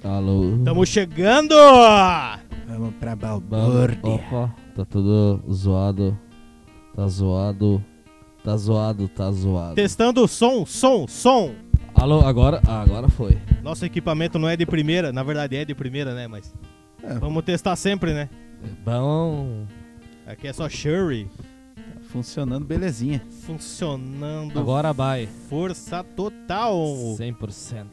Falou. Tamo chegando! Vamos pra Vamos. balbúrdia. Opa, tá tudo zoado. Tá zoado. Tá zoado, tá zoado. Testando o som, som, som. Alô, agora, ah, agora foi. Nosso equipamento não é de primeira, na verdade é de primeira, né? Mas É. vamos testar sempre, né? Bom. Aqui é só Sherry Funcionando belezinha. funcionando. Agora vai. Força total. 100%.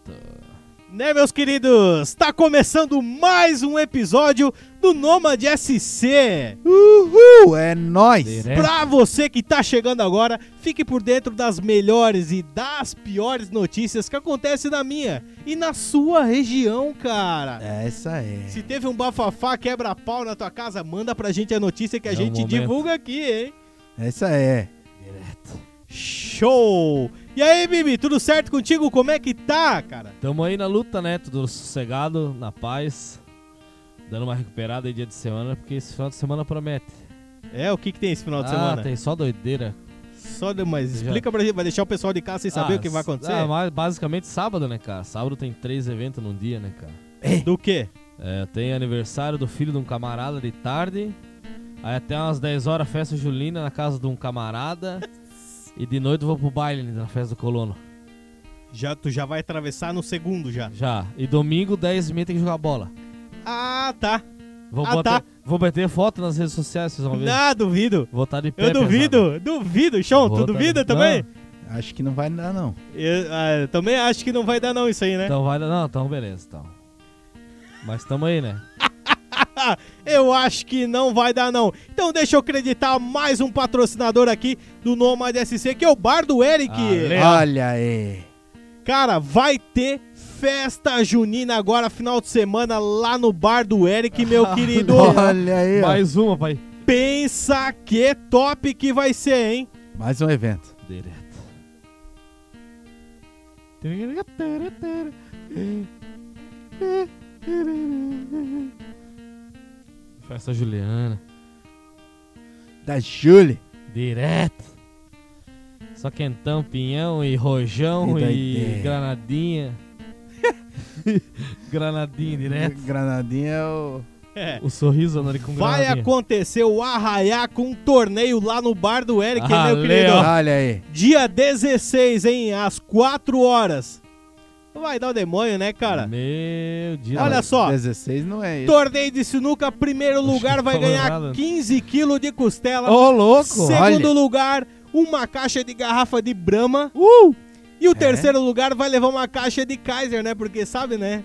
Né, meus queridos? Tá começando mais um episódio do Nomad SC. Uhul, é nóis. Direto. Pra você que tá chegando agora, fique por dentro das melhores e das piores notícias que acontecem na minha e na sua região, cara. Essa é. Se teve um bafafá, quebra-pau na tua casa, manda pra gente a notícia que a É o gente momento. divulga aqui, hein? Essa é. Show! E aí, Bibi, tudo certo contigo? Como é que tá, cara? Tamo aí na luta, né? Tudo sossegado, na paz. Dando uma recuperada aí dia de semana, porque esse final de semana promete. É, o que que tem esse final de ah, semana? tem só doideira. Só de, mas Já. explica pra gente, vai deixar o pessoal de casa sem saber Ah, o que vai acontecer? Ah, mas basicamente sábado, né, cara? Sábado tem três eventos num dia, né, cara? Do quê? É, tem aniversário do filho de um camarada de tarde. Aí até umas 10 horas festa julina na casa de um camarada. E de noite eu vou pro baile né, na festa do colono. Já, tu já vai atravessar no segundo já. Já. E domingo, 10 h tem que jogar bola. Ah, tá. Vou, Ah, botar, tá. vou meter foto nas redes sociais, vocês vão ver. Ah, duvido. Vou estar de pé. Eu duvido, duvido, Chão, Vou tu tá- duvida não. também? Acho que não vai dar, não. Eu, ah, eu também acho que não vai dar não isso aí, né? Então vai dar. Não, então beleza, então. Mas tamo aí, né? Eu acho que não vai dar não. Então deixa eu acreditar mais um patrocinador aqui do Nomad SC, que é o Bar do Eric. Ah, Ale- É. Olha aí. Cara, vai ter festa junina agora, final de semana, lá no Bar do Eric, meu querido. Olha aí. ó. Mais... Mais uma, pai. Pensa que top que vai ser, hein? um evento. Direto. Festa Juliana. Da Julie. Direto. Só quentão, pinhão e rojão E e, doideira. granadinha. granadinha direto. Granadinha é o. É. O sorriso Anari com Vai granadinha. acontecer o Arraiá com um torneio lá no Bar do Eric, hein, meu Ale, querido. ó. Olha aí. Dia 16, hein? Às 4 horas. Vai dar o demônio, né, cara? Meu Deus. Olha só. 16 não é isso. Torneio de sinuca, primeiro lugar que vai falou ganhar errado. 15 quilos de costela. Ô, louco. Segundo Olha. lugar, uma caixa de garrafa de Brahma. Uh! E o É. terceiro lugar vai levar uma caixa de Kaiser, né? Porque sabe, né?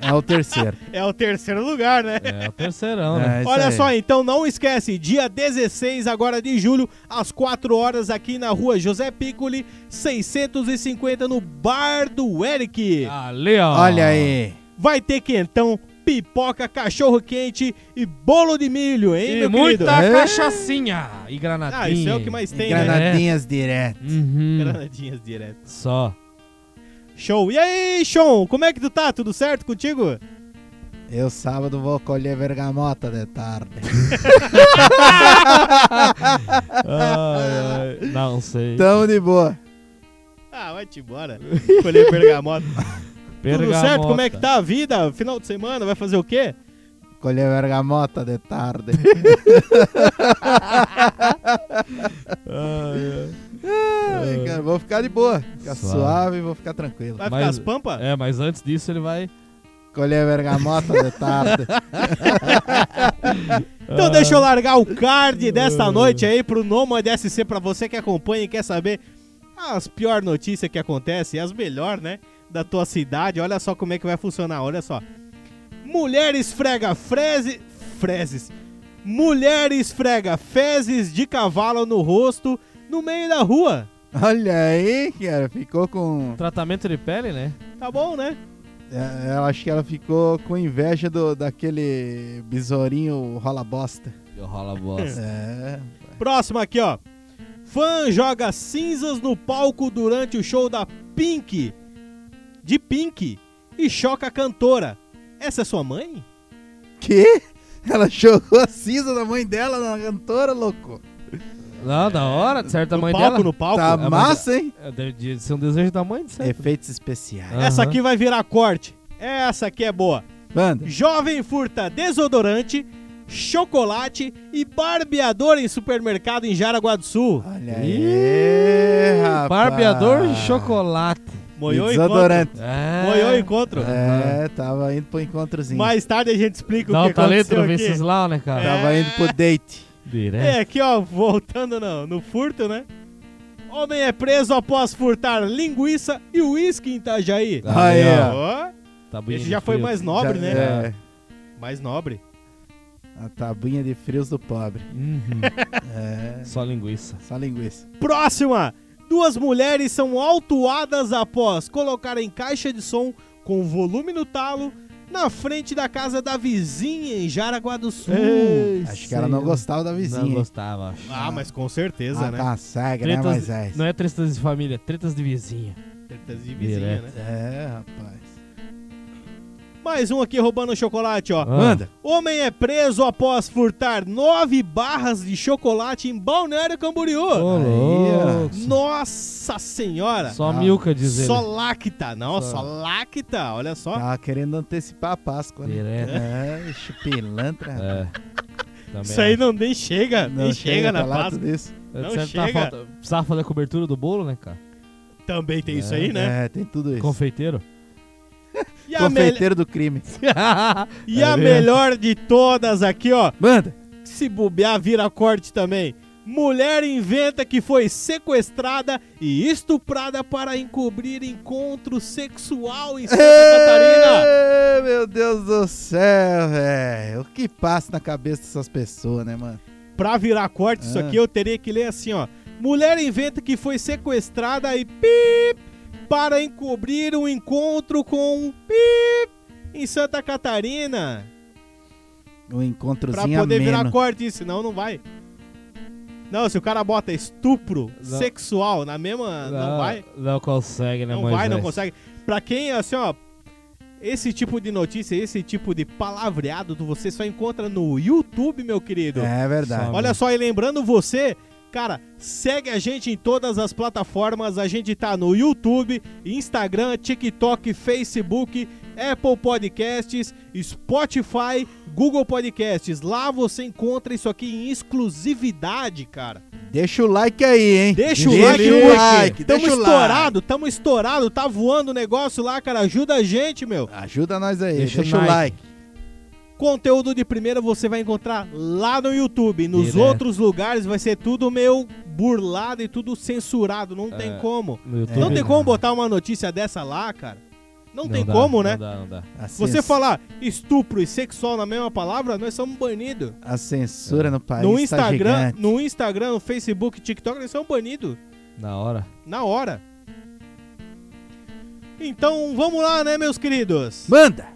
É o terceiro. É o terceiro lugar, né? É o terceirão, né? É isso Olha aí. só, então não esquece, dia 16 agora de julho, às 4 horas aqui na rua José Piccoli, 650 no Bar do Ah, Eric. Ale, ó. Olha aí. Vai ter quentão, pipoca, cachorro quente e bolo de milho, hein, E meu muita querido? É. cachaçinha e granadinha. Ah, isso é o que mais tem, né? Granadinhas direto. Uhum. Granadinhas direto. Só. Show. E aí, Sean, como é que tu tá? Tudo certo contigo? Eu sábado vou colher bergamota de tarde. Ai, ai, Não sei. Tá Tamo de boa. Ah, vai-te embora. Colhei bergamota. Tudo Bergamota. certo? Como é que tá a vida? Final de semana, vai fazer o quê? Colher bergamota de tarde. Ai, Ai, cara, vou ficar de boa. Ficar Suave. suave, vou ficar tranquilo. Vai Mas- ficar as pampas? ai. É, mas antes disso ele vai. Colher bergamota de tarde. Então deixa eu largar o card desta noite aí pro Nomad SC pra você que acompanha e quer saber as piores notícias que acontecem, as melhores, né? Da tua cidade. Olha só como é que vai funcionar, olha só. Mulheres frega freze, frezes. Mulheres frega fezes de cavalo no rosto no meio da rua. Olha aí, cara. Ficou com. Tratamento de pele, né? Tá bom, né? é, Eu acho que ela ficou com inveja do, daquele besourinho rola bosta. Eu rola bosta. É. Próximo aqui, ó. Fã joga cinzas no palco durante o show da Pink. De Pink. E choca a cantora. Essa é sua mãe? Que? Ela jogou a cinza da mãe dela na cantora, louco. Não, da hora, de certa no mãe palco, dela. no palco. Tá mas- massa, hein? É, Deve deve ser um desejo da mãe, de certo? Efeitos especiais. Ah. Essa Aham. aqui vai virar corte. Essa aqui é boa. Ah. Manda. Jovem furta desodorante, chocolate e barbeador em supermercado em Jaraguá do Sul. Olha Ih, aí, rapaz. Barbeador de chocolate. Moiou o encontro. Desodorante. É. Moiou o encontro. É, tava indo pro encontrozinho. Mais tarde a gente explica Dá o o que talento aconteceu no aqui. Venceslau, né, cara? Tava É. indo pro date. Direto. É, aqui ó, voltando no, no furto, né? Homem é preso após furtar linguiça e uísque em Itajaí. Ah, Aí, legal. ó. Ó, Tabuinha É, esse de já foi frio. mais nobre, Já- né? É, Mais nobre. a tabuinha de frios do pobre. Uhum. É, Só linguiça. só linguiça. Próxima! Duas mulheres são autuadas após colocarem caixa de som com volume no talo na frente da casa da vizinha em Jaraguá do Sul. É Acho que ela não gostava da vizinha. Não hein? gostava, acho. Ah, mas com certeza, Ah, né? tá uma saga, né, Tretas- Moisés? não é tretas de família, é tretas de vizinha. Tretas de vizinha, Direto. né? É, rapaz. Mais um aqui roubando chocolate, ó. Ah. Manda. Homem é preso após furtar nove barras de chocolate em Balneário Camboriú. Ô, Aí, louco. Nossa senhora! Só Ah, milka dizer. Só lacta, não, Só- só, lacta, olha só. Tava querendo antecipar a Páscoa, né? Direto. É, chupilantra. É. Também é. Isso aí não nem chega, nem É, chega, na pra lá Páscoa. tudo isso. acho. não Certo, chega. falta- precisava fazer a cobertura do bolo, né, cara? Também tem isso aí, né? É, tem tudo isso. Confeiteiro. E a, mel- Confeiteiro do crime. e É a mesmo. melhor de todas aqui, ó, Manda. se bobear vira corte também. Mulher inventa que foi sequestrada e estuprada para encobrir encontro sexual em Santa Catarina. Ê, Meu Deus do céu, velho. O que passa na cabeça dessas pessoas, né, mano? Pra virar corte isso Ah. aqui, eu teria que ler assim, ó. Mulher inventa que foi sequestrada e pip para encobrir um encontro com um pip em Santa Catarina. Um Pra encontrozinho poder virar ameno. corte, senão não vai. Não, se o cara bota estupro Não. sexual na mesma, não, vai. Não consegue, né, Não Moisés? vai, não consegue. Pra quem, assim, ó, esse tipo de notícia, esse tipo de palavreado, tu- você só encontra no YouTube, meu querido. É verdade. Só- Olha só, e lembrando você, cara, segue a gente em todas as plataformas. A gente tá no YouTube, Instagram, TikTok, Facebook, Apple Podcasts, Spotify, Google Podcasts. Lá você encontra isso aqui em exclusividade, cara. Deixa o like aí, hein? Deixa o Deixa like, o porque like, Tamo deixa o estourado, tamo estourado, tá voando o negócio lá, cara. Ajuda a gente, meu. Ajuda nós aí. Deixa Deixa, o o like. Conteúdo de primeira você vai encontrar lá no YouTube. Nos Direto. outros lugares vai ser tudo meio burlado e tudo censurado. Não É. tem como. No YouTube, Não tem né? como botar uma notícia dessa lá, cara. Não, tem dá, como, né? Não dá, não dá. A Você cens- falar estupro e sexual na mesma palavra, nós somos banidos. A censura no país No tá Instagram, gigante. no Instagram, no Facebook, TikTok, nós somos banidos. Na hora. Na hora. Então vamos lá, né, meus queridos? Manda!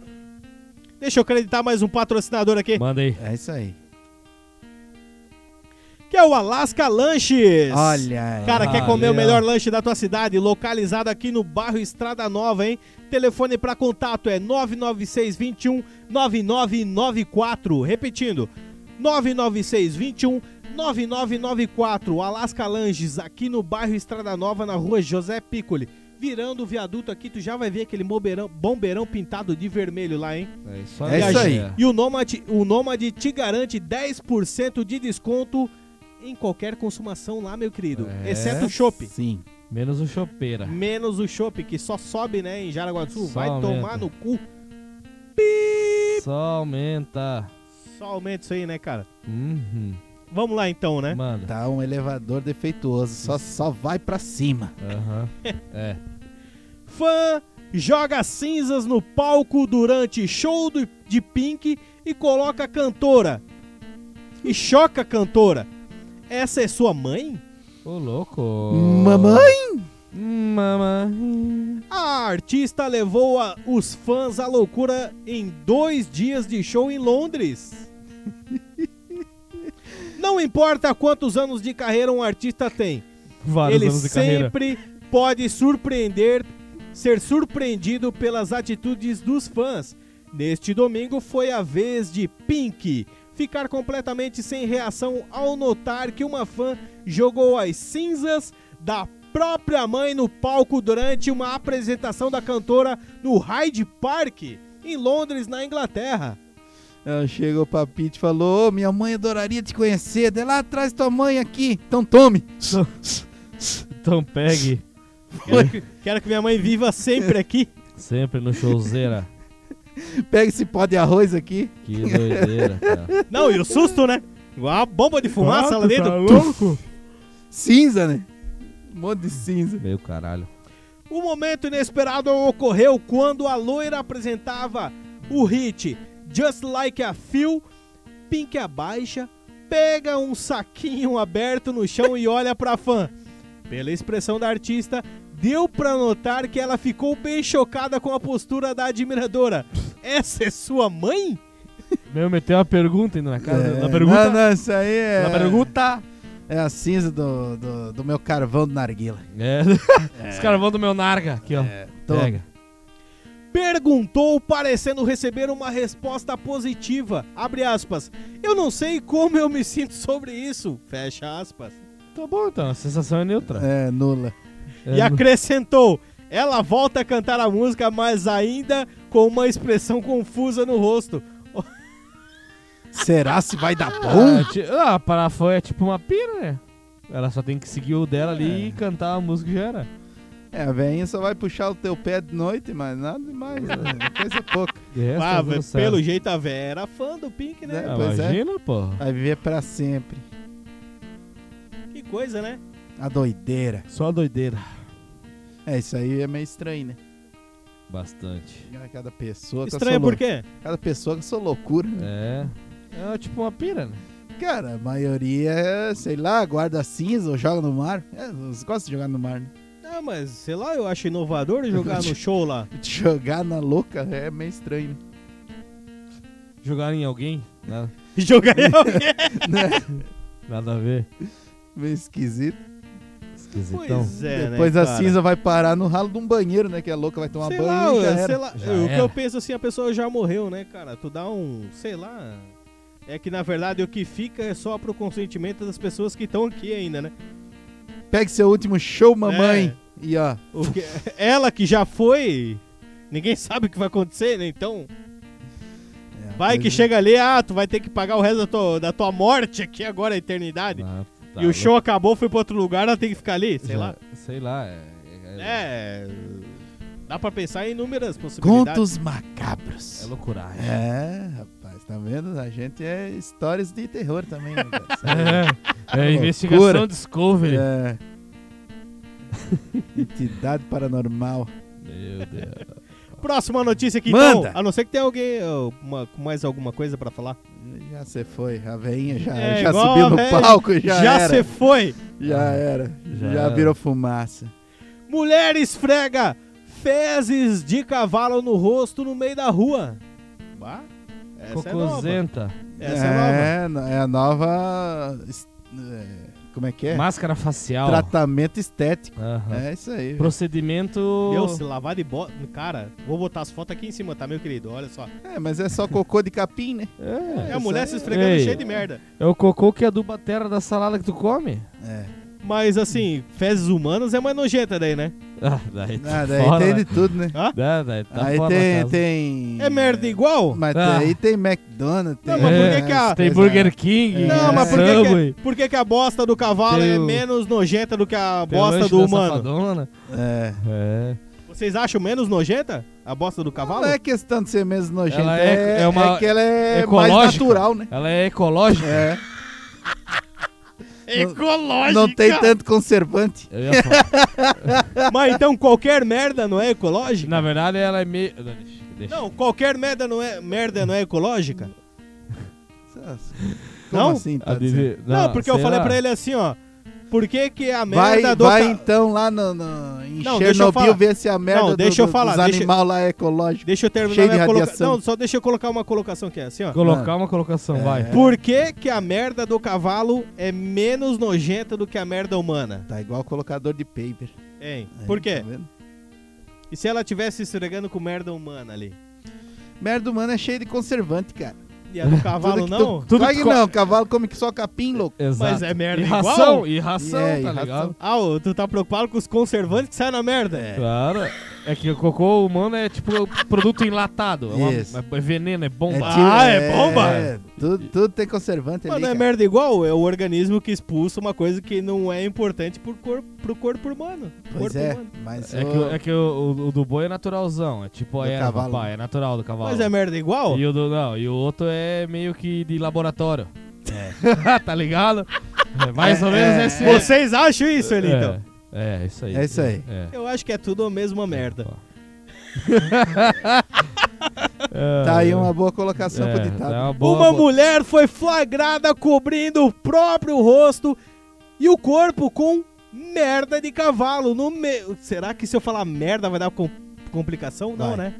Deixa eu acreditar mais um patrocinador aqui, Manda aí. É isso aí. que é o Alaska Lanches. Olha aí. Cara, quer comer o Valeu. melhor lanche da tua cidade? Localizado aqui no bairro Estrada Nova, hein? Telefone para contato é 99621 9994. Repetindo, 99621 9994. Alasca Langes, aqui no bairro Estrada Nova, na rua José Piccoli. Virando o viaduto aqui, tu já vai ver aquele bombeirão, bombeirão pintado de vermelho lá, hein? É isso É isso aí. E o Nômade, o Nômade te garante 10% de desconto em qualquer consumação lá, meu querido. É. Exceto o um chopp. Sim. Menos o chopeira. Menos o chopp, que só sobe, né, em Jaraguá do Sul. Só Vai aumenta. tomar no cu. Só aumenta. Só aumenta isso aí, né, cara? Uhum. Vamos lá então, né? Manda. Tá um elevador defeituoso. Só, só vai pra cima. Aham. É. Fã joga cinzas no palco durante show do- de Pink e coloca a cantora. E choca a cantora. Essa é sua mãe? Ô, louco. Mamãe? Mamãe. A artista levou a- os fãs à loucura em dois dias de show em Londres. Não importa quantos anos de carreira um artista tem, Vários ele anos de carreira. sempre pode surpreender, ser surpreendido pelas atitudes dos fãs. Neste domingo foi a vez de Pink ficar completamente sem reação ao notar que uma fã jogou as cinzas da própria mãe no palco durante uma apresentação da cantora no Hyde Park. em Londres, na Inglaterra. Ela chegou pra Pete e falou: Ô, minha mãe adoraria te conhecer. De lá atrás tua mãe aqui. Então tome. Então pegue Quero que, quero que minha mãe viva sempre aqui. sempre no showzeira. Pega esse pó de arroz aqui. Que doideira, cara. Não, e o susto, né? Igual uma bomba de fumaça lá tá dentro. louco? Cinza, né? Um monte de cinza. Meu caralho. O momento inesperado ocorreu quando a loira apresentava o hit Just Like a Phil, Pink abaixa, pega um saquinho aberto no chão e olha pra fã. Pela expressão da artista, deu pra notar que ela ficou bem chocada com a postura da admiradora. Essa é sua mãe? Meu, meteu uma pergunta ainda na cara. É, na pergunta. Não, não, isso aí é. Na pergunta. É a cinza do, do, do meu carvão do narguila. É. Os caras vão do meu narga aqui, ó. Toma. Pega. Perguntou, parecendo receber uma resposta positiva. Abre aspas. Eu não sei como eu me sinto sobre isso. Fecha aspas. Tá bom então, a sensação é neutra. É, nula. e Eu É, não- acrescentou: ela volta a cantar a música, mas ainda com uma expressão confusa no rosto. Será se vai dar Ah, bom? ti- Ah, a parafoia é tipo uma pira, né? Ela só tem que seguir o dela ali e cantar a música e já era. É, a velhinha só vai puxar o teu pé de noite, mas nada demais. né? Coisa pouca. De resto, Ah, tá tudo velho, certo. pelo jeito a Vera era fã do Pink, né? É, Ah, pois é. imagina, porra. Vai viver pra sempre. Que coisa, né? A doideira. Só doideira. É, isso aí é meio estranho, né? Bastante. Cada pessoa com a Estranho sua lou- por quê? Cada pessoa com a sua loucura. né? É. É tipo uma pira, né? Cara, a maioria, é, sei lá, guarda cinza ou joga no mar. É, eles gostam de jogar no mar, né? Ah, mas sei lá, eu acho inovador jogar no show lá. Jogar na louca é meio estranho, né? Jogar em alguém? Nada, Jogar em alguém. nada a ver. Meio esquisito. Esquisitão. Pois é, né, Depois a cara? cinza vai parar no ralo de um banheiro, né? Que a louca vai tomar sei banho lá, e já eu- era. sei lá, Já eu- o que era. eu penso assim, a pessoa já morreu, né, cara? Tu dá um, sei lá. É que na verdade o que fica é só pro consentimento das pessoas que estão aqui ainda, né? Pegue seu último show, mamãe. É. E ó, O que- ela que já foi, ninguém sabe o que vai acontecer, né? Então, É, vai pois que é. chega ali, ah, tu vai ter que pagar o resto da tua, da tua morte aqui agora, a eternidade. Ah, tá e o louco. show acabou, foi pra outro lugar, ela tem que ficar ali, sei Já- lá. Sei lá. É, é, É. Dá pra pensar em inúmeras possibilidades. Contos macabros. é loucuragem. É, rapaz, tá vendo? A gente é histórias de terror também. Né, cara? Sério. É, Loucura. é investigação Discovery. é. Entidade paranormal. Meu Deus. Próxima notícia aqui, Manda! então. A não ser que tenha alguém ó, uma- com mais alguma coisa pra falar. Já se foi, a veinha já, É, já igual subiu a no véia- palco, já, era. se foi. Já era. Já, Já era. virou fumaça. Mulher esfrega fezes de cavalo no rosto no meio da rua. Bah, essa é nova. Cocosenta. Essa é, é, no- é a nova. es- é, como é que é? Máscara facial. Tratamento estético. Aham. É isso aí. velho. Procedimento. nova. Meu, se lavar de bota. Cara, vou botar as fotos aqui em cima, tá, meu querido? Olha só. É, mas é só cocô de capim, né? É. É a mulher isso se aí. esfregando Ei. cheia de merda. é o cocô que aduba a terra da salada que tu come. É. Mas assim, fezes humanas é mais nojenta daí, né? Ah, daí tá Nada, aí fora, tem né? de tudo, né? Dá, daí tá aí fora da tem, casa. tem. É merda igual? Mas Ah. aí tem McDonald's. Não, mas por que que a- as É, Tem coisas- Burger King. É. Não, mas por que Subway. que, por que, que a bosta do cavalo Tem é o- menos nojenta do que a Tem bosta lanche do da humano? Safadona. É. É. Vocês acham menos nojenta a bosta do Não cavalo? é questão de ser mesmo nojenta. Ela é, é- é uma- é que ela é mais ecológica. natural, né? Ela é ecológica. É. Ecológica! Não tem tanto conservante. Eu ia falar. Mas então qualquer merda não é ecológica? Na verdade, ela é meio. Não, deixa- deixa. Não, qualquer merda não é, merda não é ecológica? Como Não? assim? Tá A dizendo? Didi- Não, porque eu sei falei lá. pra ele assim, ó. Por que que a Vai, merda do... vai ca- então lá no, no, em Não, deixa eu falar. Chernobyl ver se a merda Não, do- deixa eu do- falar, dos deixa- animais lá é ecológico. Deixa eu terminar Cheio minha de colocação. radiação. Não, só deixa eu colocar uma colocação aqui, assim, ó. Colocar uma colocação, vai. Por que que a merda do cavalo é menos nojenta do que a merda humana? Tá igual colocador de paper. Hein? Aí, Por quê? tá vendo? E se ela tivesse esfregando com merda humana ali? merda humana é cheia de conservante, cara. E a do Tudo cavalo que não? Tu... Tudo claro que que co- não, cavalo come só capim, louco. Exato. Mas é merda E igual? ração, e ração, É, e tá ração. ligado? Ah, ô, tu tá preocupado com os conservantes que saem na merda? Claro. É que o cocô humano é tipo produto enlatado. É, uma- Isso. é veneno, é bomba. tiro- Ah, é bomba? tudo, tudo tem conservante Mas ali. não é cara. merda igual, é o organismo que expulsa uma coisa que não é importante pro corpo, pro corpo humano. Pois corpo é, humano. mas É o- que, o- é que o, o- o do boi é naturalzão, é tipo a Do erva, cavalo. pá, é natural do cavalo. Mas é merda igual? E o do, não, e o outro é meio que de laboratório. tá ligado? É mais ou É, menos é, esse. Vocês acham isso ali, é, então? É, isso aí. É isso aí. É. Eu acho que é tudo a mesma merda. Tá aí uma boa colocação pro é, ditado. é uma boa, uma boa- mulher foi flagrada cobrindo o próprio rosto e o corpo com merda de cavalo no meio. Será que se eu falar merda vai dar com- complicação? Não, Vai. né?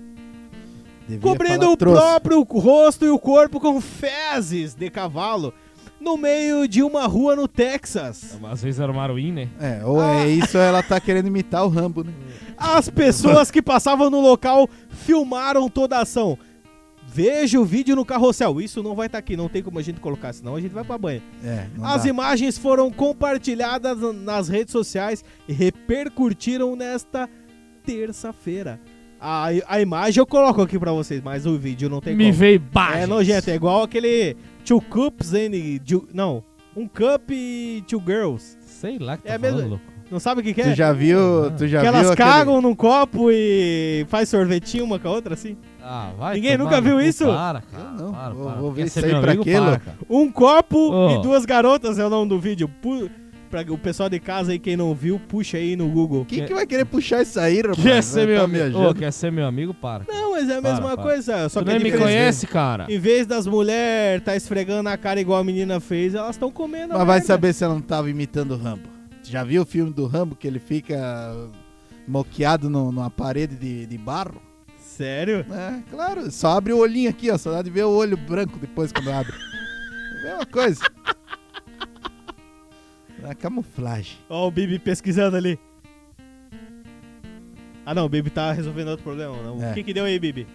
Devia cobrindo falar o trouxa. próprio rosto e o corpo com fezes de cavalo no meio de uma rua no Texas. Às vezes armaram in, né? É, ou Ah. é isso ou ela tá querendo imitar o Rambo, né? As pessoas que passavam no local filmaram toda a ação. Veja o vídeo no carrossel. Isso não vai estar aqui, não tem como a gente colocar, senão a gente vai pra banha. É, não As dá. imagens foram compartilhadas nas redes sociais e repercutiram nesta terça-feira. A, a imagem eu coloco aqui pra vocês, mas o vídeo não tem Me como. veio baixo. É nojento, é igual aquele Two Cups and. two- não, um cup e two girls. Sei lá que tá É falando, mesmo- louco. Não sabe o que, que Tu é? já viu, Ah. tu já que viu elas aquele- cagam num copo e faz sorvetinho uma com a outra, assim? Ah, vai Ninguém tomar nunca no viu cu, isso? Para, cara. Eu não, para, vou- para. vou ver Quer isso ser aí meu pra amigo? quê, Para, louco? cara. Um copo Oh. e duas garotas é o nome do vídeo. Pu pra o pessoal de casa aí, quem não viu, puxa aí no Google. Quem que vai querer puxar isso aí, rapaz? Quer ser Vai meu tá amigo? viajando. Ô, quer ser meu amigo? Para. Não, mas é a Para, mesma para. coisa. Só tu que a nem me diferença- é conhece, cara. Em vez das mulheres tá esfregando a cara igual a menina fez, elas estão comendo. a Mas vai merda. saber se ela não tava imitando o Rambo. Tu já viu o filme do Rambo que ele fica moqueado no- numa parede de, de barro? Sério? É, claro. Só abre o olhinho aqui, ó. Só dá de ver o olho branco depois quando abre. Mesma coisa. É camuflagem. Ó, o Bibi pesquisando ali. Ah, não, o Bibi tá resolvendo outro problema. não. É. O que que deu aí, Bibi?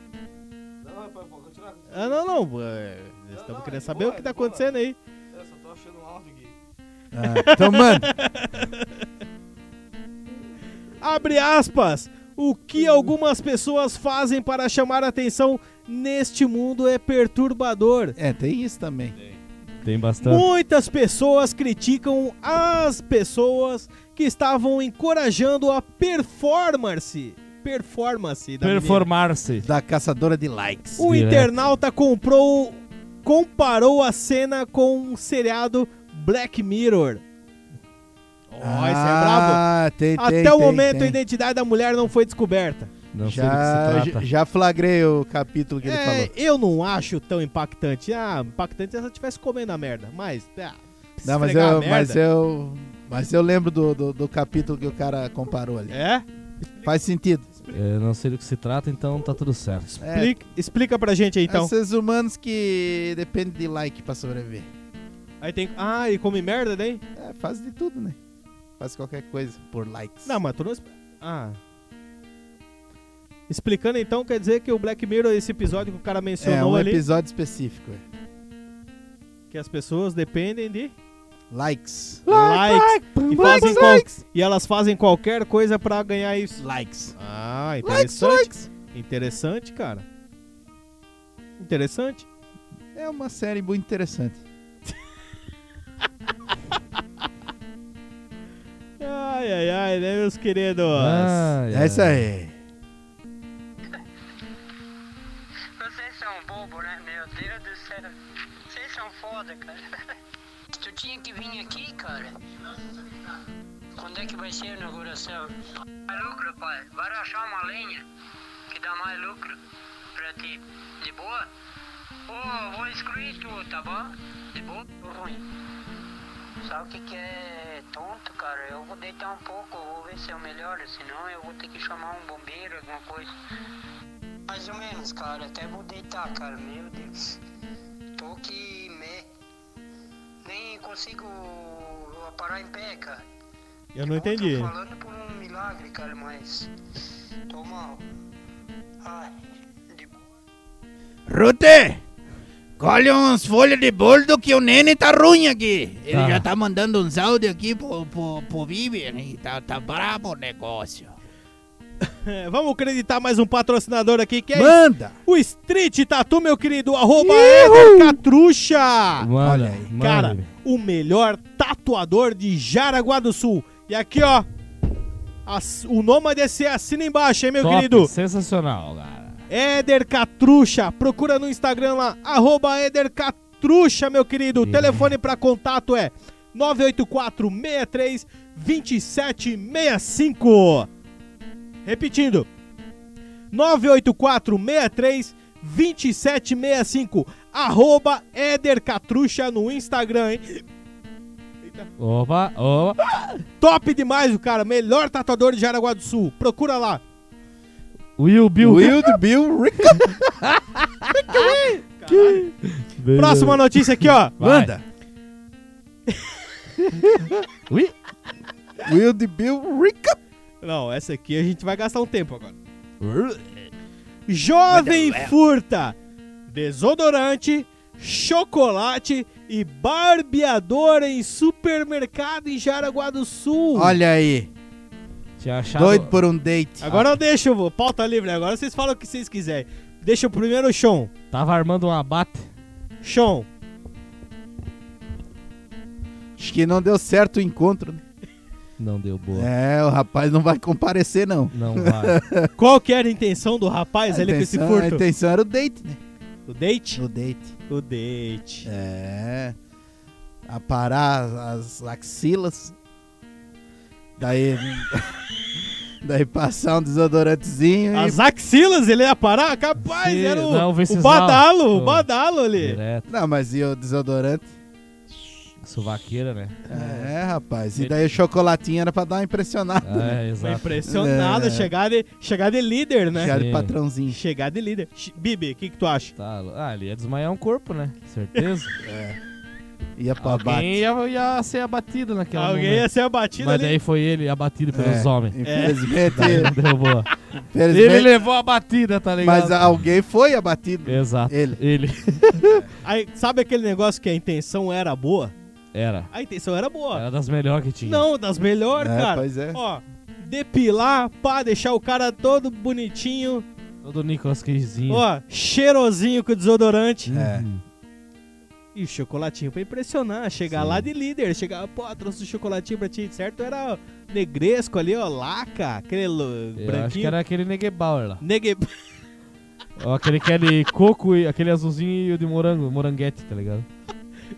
Ah, não, não. é, Nós estamos querendo saber o que tá acontecendo aí. Eu só tô achando um áudio aqui. Ah, então, mano, Abre aspas. O que algumas pessoas fazem para chamar atenção neste mundo é perturbador. é, tem isso também. Tem bastante. Muitas pessoas criticam as pessoas que estavam encorajando a performance. Performance da menina. Performar-se. Da caçadora de likes. O Direto. internauta comprou, comparou a cena com um seriado Black Mirror. Ó, esse é brabo. Ah, tem, tem, Até o tem, momento a tem. identidade da mulher não foi descoberta. Não sei Já, do que se trata. já flagrei o capítulo que ele É, falou. eu não acho tão impactante. Ah, impactante se ela estivesse comendo a merda, mas ah, Não, mas esfregar a eu, merda. mas eu. Mas eu lembro do, do, do capítulo que o cara comparou ali. É? Faz sentido. É, não sei do que se trata, então tá tudo certo. É, Explica, explica pra gente aí, então. Esses humanos que dependem de like pra sobreviver. Aí tem, ah, e come merda daí? É, faz de tudo, né? Faz qualquer coisa por likes. É, um Não, mas tu não. exp- Ah. Explicando então, quer dizer que o Black Mirror, esse episódio que o cara é mencionou um ali, episódio específico. é. que as pessoas dependem de Likes. likes. e, likes, fazem qual- likes. e elas fazem qualquer coisa pra ganhar isso. Likes. Ah, Likes, interessante. likes. Interessante, cara. Interessante. É uma série muito interessante. Ai, ai, ai, né, meus queridos? É Ah, isso aí. Vocês são bobo, né? Meu Deus do céu. Vocês são foda, cara. Tu tinha que vir aqui, cara. Quando é que vai ser a inauguração? Vai lucro, pai. Vai achar uma lenha que dá mais lucro pra ti. De boa? Ô, vou excluir tu, tá bom? De boa? Tô ruim. Sabe o que, que é tonto, cara? Eu vou deitar um pouco, vou ver se eu melhoro, senão eu vou ter que chamar um bombeiro, alguma coisa. Mais ou menos, cara. Até vou deitar, cara. Meu Deus. Tô que me... Nem consigo parar em pé, cara. Eu não Ó, entendi. Tô falando por um milagre, cara, mas... Tô mal. Ai, de boa. Rute! Colhe uns folhas de boldo que o Nene tá ruim aqui. Ele Tá. já tá mandando uns áudios aqui pro, pro, pro Vivian e tá, tá brabo o negócio. É, vamos acreditar mais um patrocinador aqui, que é Manda! o Street Tatu, meu querido, arroba Eder Catrucha. é. Manda, Olha aí. manda. Cara, o melhor tatuador de Jaraguá do Sul. E aqui, ó, as- o nome desse assina embaixo, hein, meu Top, querido? Sensacional, cara. Éder Catrucha. Procura no Instagram lá, arroba Éder Catrucha, meu querido. O telefone pra contato é 984-63-2765. Repetindo, 984-63-2765. Arroba Éder Catrucha no Instagram, hein? Opa, opa. Top demais o cara, melhor tatuador de Jaraguá do Sul. Procura lá. Will Bill. Wild Bill Rick. Próxima notícia aqui, ó. Vai. Manda! Ui. Wild Bill Rick. Não, essa aqui a gente vai gastar um tempo agora. Jovem é. furta desodorante, chocolate e barbeador em supermercado em Jaraguá do Sul. Olha aí, Tinha achado... doido por um date. Tá Agora eu deixo, vô, pauta livre, agora vocês falam o que vocês quiserem. Deixa o primeiro Sean. Tava armando um abate. Sean, Acho que não deu certo o encontro. né? Não deu boa. É, o rapaz não vai comparecer, não. Não vai. qual que era a intenção do rapaz ali com esse intenção- é a furto? intenção era o date, né? O date? O date. O date. É. Aparar as, as axilas. Daí. daí passar um desodorantezinho. As axilas ele ia parar? Capaz, Sim, era o, não, o o Venceslau. badalo, o Oh. badalo ali. Direto. E... Não, mas e o desodorante? Suvaqueira, né? É, rapaz. E daí o chocolatinho era pra dar uma impressionada. né? É, Foi exato. impressionado, É. chegar, de, chegar de líder, né? Chegar de Sim. patrãozinho. Chegar de líder. Ch- Bibi, o que, que tu acha? Tá, ah, ele ia desmaiar um corpo, né? Certeza. Ia pra bate. Alguém ia, ia ser abatido naquela Alguém ia ser abatido né? Mas ali. daí foi ele abatido pelos É, homens. Infelizmente. Daí não deu boa. infelizmente Ele levou a batida, tá ligado? mas alguém foi abatido. Exato. Ele. Ele. Aí, sabe aquele negócio que a intenção era boa? Era. A intenção era boa. Era das melhores que tinha. Não, das melhores, É, cara. pois é. Ó, depilar, pá, deixar o cara todo bonitinho. Todo Nicolas Cagezinho. Ó, cheirosinho com desodorante. É. E o chocolatinho pra impressionar. Chegar lá de líder. Chegar, pô, trouxe o chocolatinho pra ti, certo? Era ó, negresco ali, ó, laca, aquele lo- Eu É, acho que branquinho. era aquele Negebauer lá. Negue... Ó, aquele que é de coco e aquele azulzinho e o de morango, moranguete, tá ligado?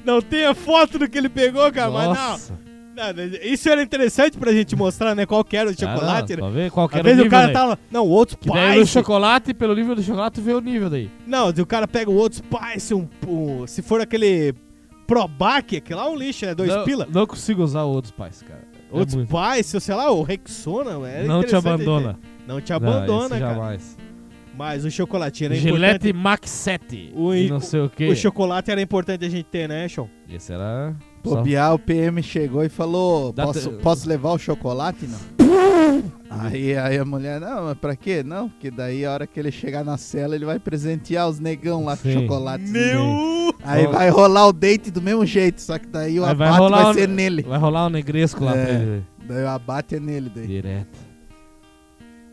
Não tem a foto do que ele pegou, cara, mas não. Nossa. Não, mas Isso era interessante pra gente mostrar, né? Qual que era o chocolate. Ah, né? não, pra ver qual que Às era o vezes nível o cara daí. tá lá, não, outro Que daí no Spice. chocolate, pelo nível do chocolate, tu vê o nível daí. Não, o cara pega o outro Spice, um, um- se for aquele Probac, que lá é um lixo, né? Dois não, pila. Não consigo usar o outro Spice, cara. É Outro muito. Spice, ou sei lá, o Rexona. Era Não te É interessante abandona. entender. Não te Não, abandona, esse cara. Jamais. Mas o chocolate era Gillette importante. Max 7. O- e não sei o que. O chocolate era importante a gente ter, né, Sean? Esse era. Pô, Bial, o PM chegou e falou: Dá posso, te- posso levar o chocolate? Não. aí, aí a mulher: Não, mas pra quê? Não, porque daí a hora que ele chegar na cela, ele vai presentear os negão lá com Sim. chocolate. Meu! Aí Ó. vai rolar o date do mesmo jeito, só que daí o Aí vai abate vai, rolar o- ser nele. Vai rolar um negresco lá É. pra ele. Daí o abate é nele. Daí. Direto.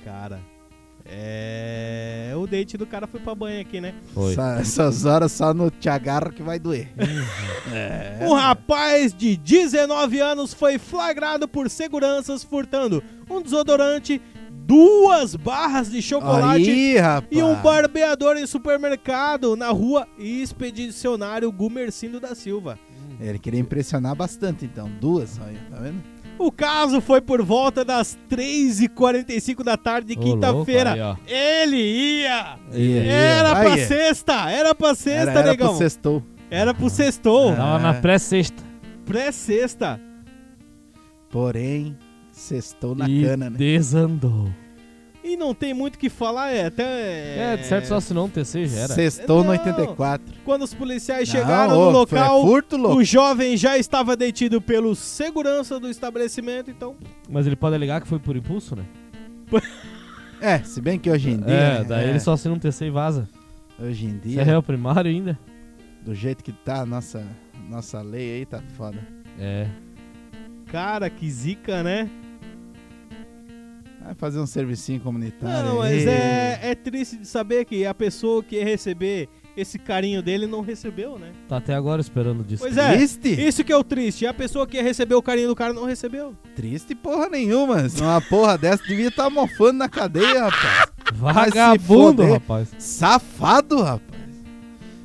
Cara, é. O date do cara foi pra banho aqui, né? Foi. Essa- essas horas só no te agarro que vai doer. É. Um rapaz de 19 anos foi flagrado por seguranças furtando um desodorante, duas barras de chocolate Aí, rapaz. e um barbeador em supermercado na rua Expedicionário Gumercindo da Silva. Ele queria impressionar bastante, então. Duas, olha, tá vendo? O caso foi por volta das 3h45 da tarde de Ô, quinta-feira. louco, aí, é Ele ia! Ia, ia. Era pra Aí, sexta! Era pra Era, sexta, era pro negão! sextou. Era pro sextou! ó. Tava É. na pré-sexta. Pré-sexta! Porém, sextou na e cana, né? desandou. E não tem muito o que falar, é até. É, de certo só assinou um TC já era. Sextou no Não. 84. Quando os policiais Não, chegaram ô, no foi local, furto, louco. o jovem já estava detido pelo segurança do estabelecimento, então. Mas ele pode alegar que foi por impulso, né? É, se bem que hoje em dia. É, né, daí ele só assina um TC e vaza. Hoje em Isso dia, é réu primário ainda? do jeito que tá a nossa, nossa lei aí, tá foda. É. Cara, que zica, né? Vai fazer um servicinho comunitário. Não, Tá aí. mas é, é triste de saber que a pessoa que ia receber esse carinho dele não recebeu, né? Tá até agora esperando disso. Pois é, Triste? isso que é o triste. A pessoa que ia receber o carinho do cara não recebeu. Triste porra nenhuma. Se uma porra dessa devia estar mofando na cadeia, rapaz. Vagabundo, Vai se foder. rapaz. Safado, rapaz.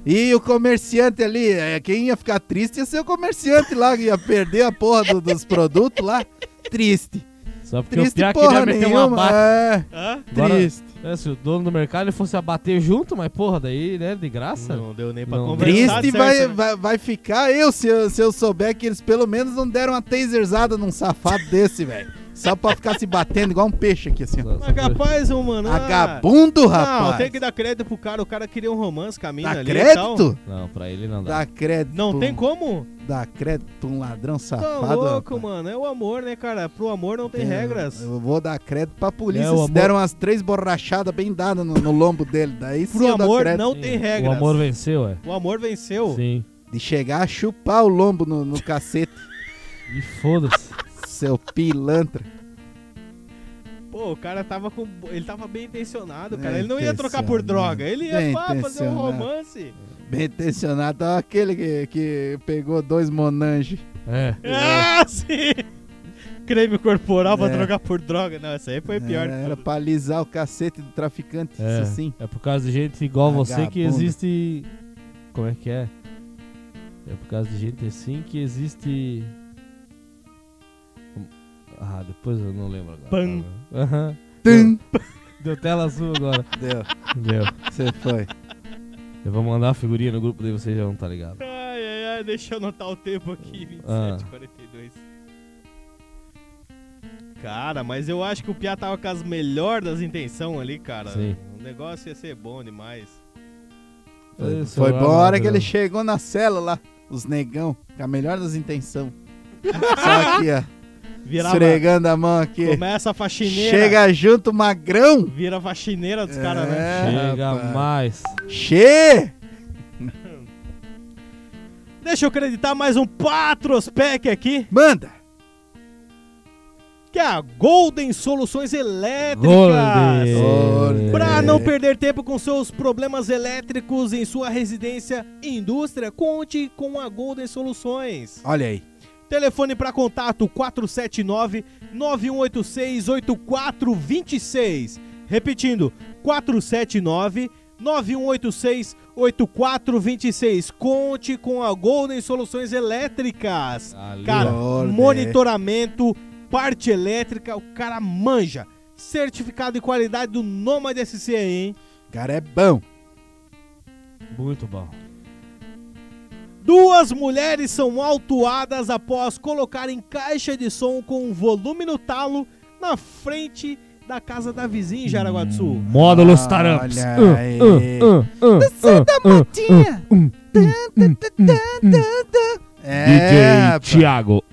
E o comerciante ali, é, quem ia ficar triste ia ser o comerciante lá, que ia perder a porra do- dos produtos lá. Triste. Só porque o Triste Piá porra queria meter uma nenhuma. bata. É, Hã? Agora- triste. É, se o dono do mercado ele fosse abater junto, mas porra, daí, né, de graça. Não deu nem pra Não. conversar. certo, Triste vai, né? vai, vai ficar eu se, eu se eu souber que eles pelo menos não deram uma taserzada num safado desse, velho. Só pra ficar se batendo igual um peixe aqui, assim. ó. Só- só- Mas capaz, ô, mano. ah, Vagabundo, rapaz. Não, tem que dar crédito pro cara. O cara queria um romance com a mina Dá ali e tal. crédito? Não, pra ele não dá. Dá crédito. Não tem como? Dá crédito pra um ladrão Tá safado. louco, rapaz. mano. É o amor, né, cara? Pro amor não tem Eu- regras. É, Eu vou dar crédito pra polícia. É, o se amor- deram umas três borrachadas bem dadas no, no lombo dele. Daí sim Pro eu dou amor crédito. não Sim, tem regras. O amor venceu, é. O amor venceu. Sim. De chegar a chupar o lombo no, no cacete, E foda-se. seu pilantra. Pô, o cara tava com. Ele tava bem intencionado, cara. Bem ele não ia trocar por intencionado. droga. Ele ia Bem pá, fazer um intencionado. romance. Bem intencionado, ó, aquele que, que pegou dois monanges. É. Ah, sim! Creme corporal pra É. trocar por droga. Não, essa aí foi pior. Era, que É, era tudo. pra alisar o cacete do traficante, É, isso sim. é por causa de gente igual você que Vagabundo. existe. Como é que é? É por causa de gente assim que existe. Ah, depois eu não lembro agora. tá Pan. Aham. Tum! Deu tela azul agora. Deu, Deu. você foi. Eu vou mandar a figurinha no grupo daí vocês já não tá ligado. Ai, ai, ai, deixa eu anotar o tempo aqui, 27, Ah. 42. Cara, mas eu acho que o Piá tava com as melhores das intenções ali, cara. Sim. O negócio ia ser bom demais. Esse Foi celular boa a hora que ele maravilhoso. chegou na cela lá, os negão, com a melhor das intenções. Só aqui, ó, Virava, esfregando a mão aqui. começa a faxineira. Chega junto, magrão! Vira a faxineira dos caras, né? É, Chega rapaz. mais. Che! Deixa eu acreditar mais um Patrospec aqui, Manda! que é a Golden Soluções Elétricas. Golden. Para não perder tempo com seus problemas elétricos em sua residência e indústria, conte com a Golden Soluções. Olha aí. Telefone para contato 479 9186 8426. Repetindo, 479 9186 8426. Conte com a Golden Soluções Elétricas. Ali, cara, ó. monitoramento, parte elétrica, o cara manja. Certificado de qualidade do Nomad SC aí, hein? O cara é bom. Muito bom. Duas mulheres são autuadas após colocarem caixa de som com volume no talo na frente da casa da vizinha em Jaraguá do Sul. Módulos Taramps. Ah, Olha Hum, aí. tá hum, hum, hum, hum, Tinha! hum, hum, hum, hum, hum. É, DJ Thiago.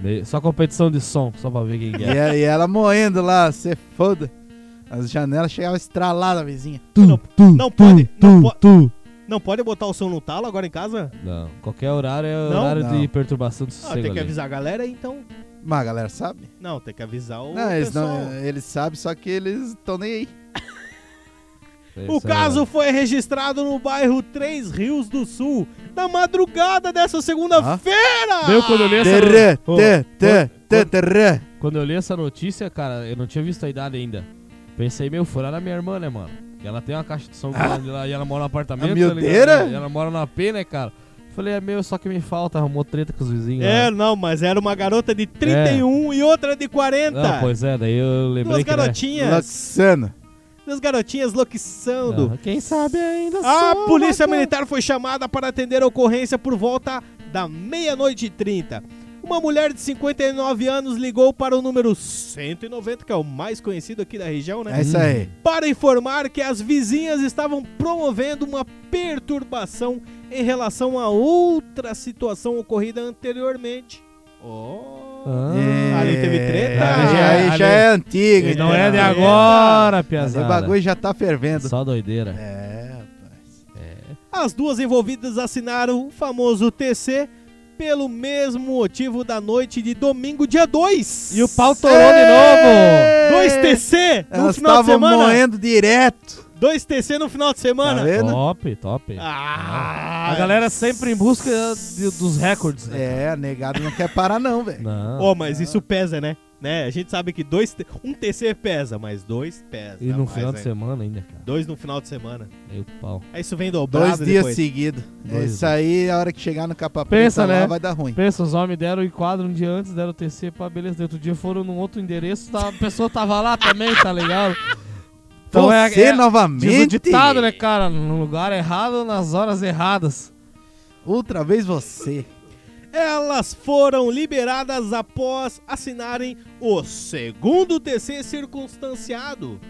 Me- Só competição de som, só pra ver quem que E, é. a- e ela moendo lá, você foda. As janelas chegavam estraladas, vizinha. Não- não pode, não pode. Não pode botar o som no talo agora em casa? Não, qualquer horário é Não? horário de Não. perturbação do Ah, tem sossego que ali. avisar a galera aí, então. Mas a galera sabe? Não, tem que avisar o não, eles, pessoal. não, eles sabem, só que eles estão nem aí. O Isso é caso foi registrado no bairro Três Rios do Sul, na madrugada dessa segunda-feira! verdade. Meu, quando eu li essa Terrê, no- Ô, tê, tê, quando- tê, terrê. Quando eu li essa notícia, cara, eu não tinha visto a idade ainda. Pensei, meu, furar a minha irmã, né, mano? Que ela tem uma caixa de Ah. som grande lá e ela mora no apartamento. A tá ligado? miudeira? E Ela mora no AP, né, cara? Falei, é meu, só que me falta, arrumou treta com os vizinhos. É, lá. não, mas era uma garota de 31 e outra de 40. É. não, pois é, daí eu lembrei tá. Duas que, né? garotinhas. Luxano. Duas garotinhas Não, loquiçando. Quem sabe ainda A sou um polícia uma- militar foi chamada para atender a ocorrência por volta da meia-noite e 30. Uma mulher de 59 anos ligou para o número 190, que é o mais conhecido aqui da região, né? É isso aí. Para informar que as vizinhas estavam promovendo uma perturbação em relação a outra situação ocorrida anteriormente. Oh. Ah. É. Ali teve treta? Ali já, aí Ali- já é antigo. E não então. é de Eita. agora, Mas O piazada. bagulho já tá fervendo. Só doideira. É, rapaz. As duas envolvidas assinaram o famoso TC pelo mesmo motivo da noite de domingo, dia 2. E o pau torou de novo. 2TC no Elas final de estavam semana. moendo direto. 2TC no final de semana. Tá É, vendo? Top, top. Ah, A galera sempre em busca de- dos recordes. né? É, a negada não quer parar não, velho. Não. Ó, mas isso pesa, né? Né? A gente sabe que dois, t- um TC pesa, mas dois pesa. e no mais, final né? de semana ainda, cara. Dois no final de semana. Meio pau. Aí isso vem dobrado Dois dias depois. seguidos. É Dois isso aí, a hora que chegar no capa Pensa, preta lá né? vai dar ruim. Pensa, os homens deram o enquadro um dia antes, deram o TC, pá, beleza. No outro dia foram num outro endereço, tá, a pessoa tava lá também, tá ligado? Então é Você diz o novamente. ditado, né, cara? No lugar errado, nas horas erradas. Outra vez você. Elas foram liberadas após assinarem o segundo TC circunstanciado.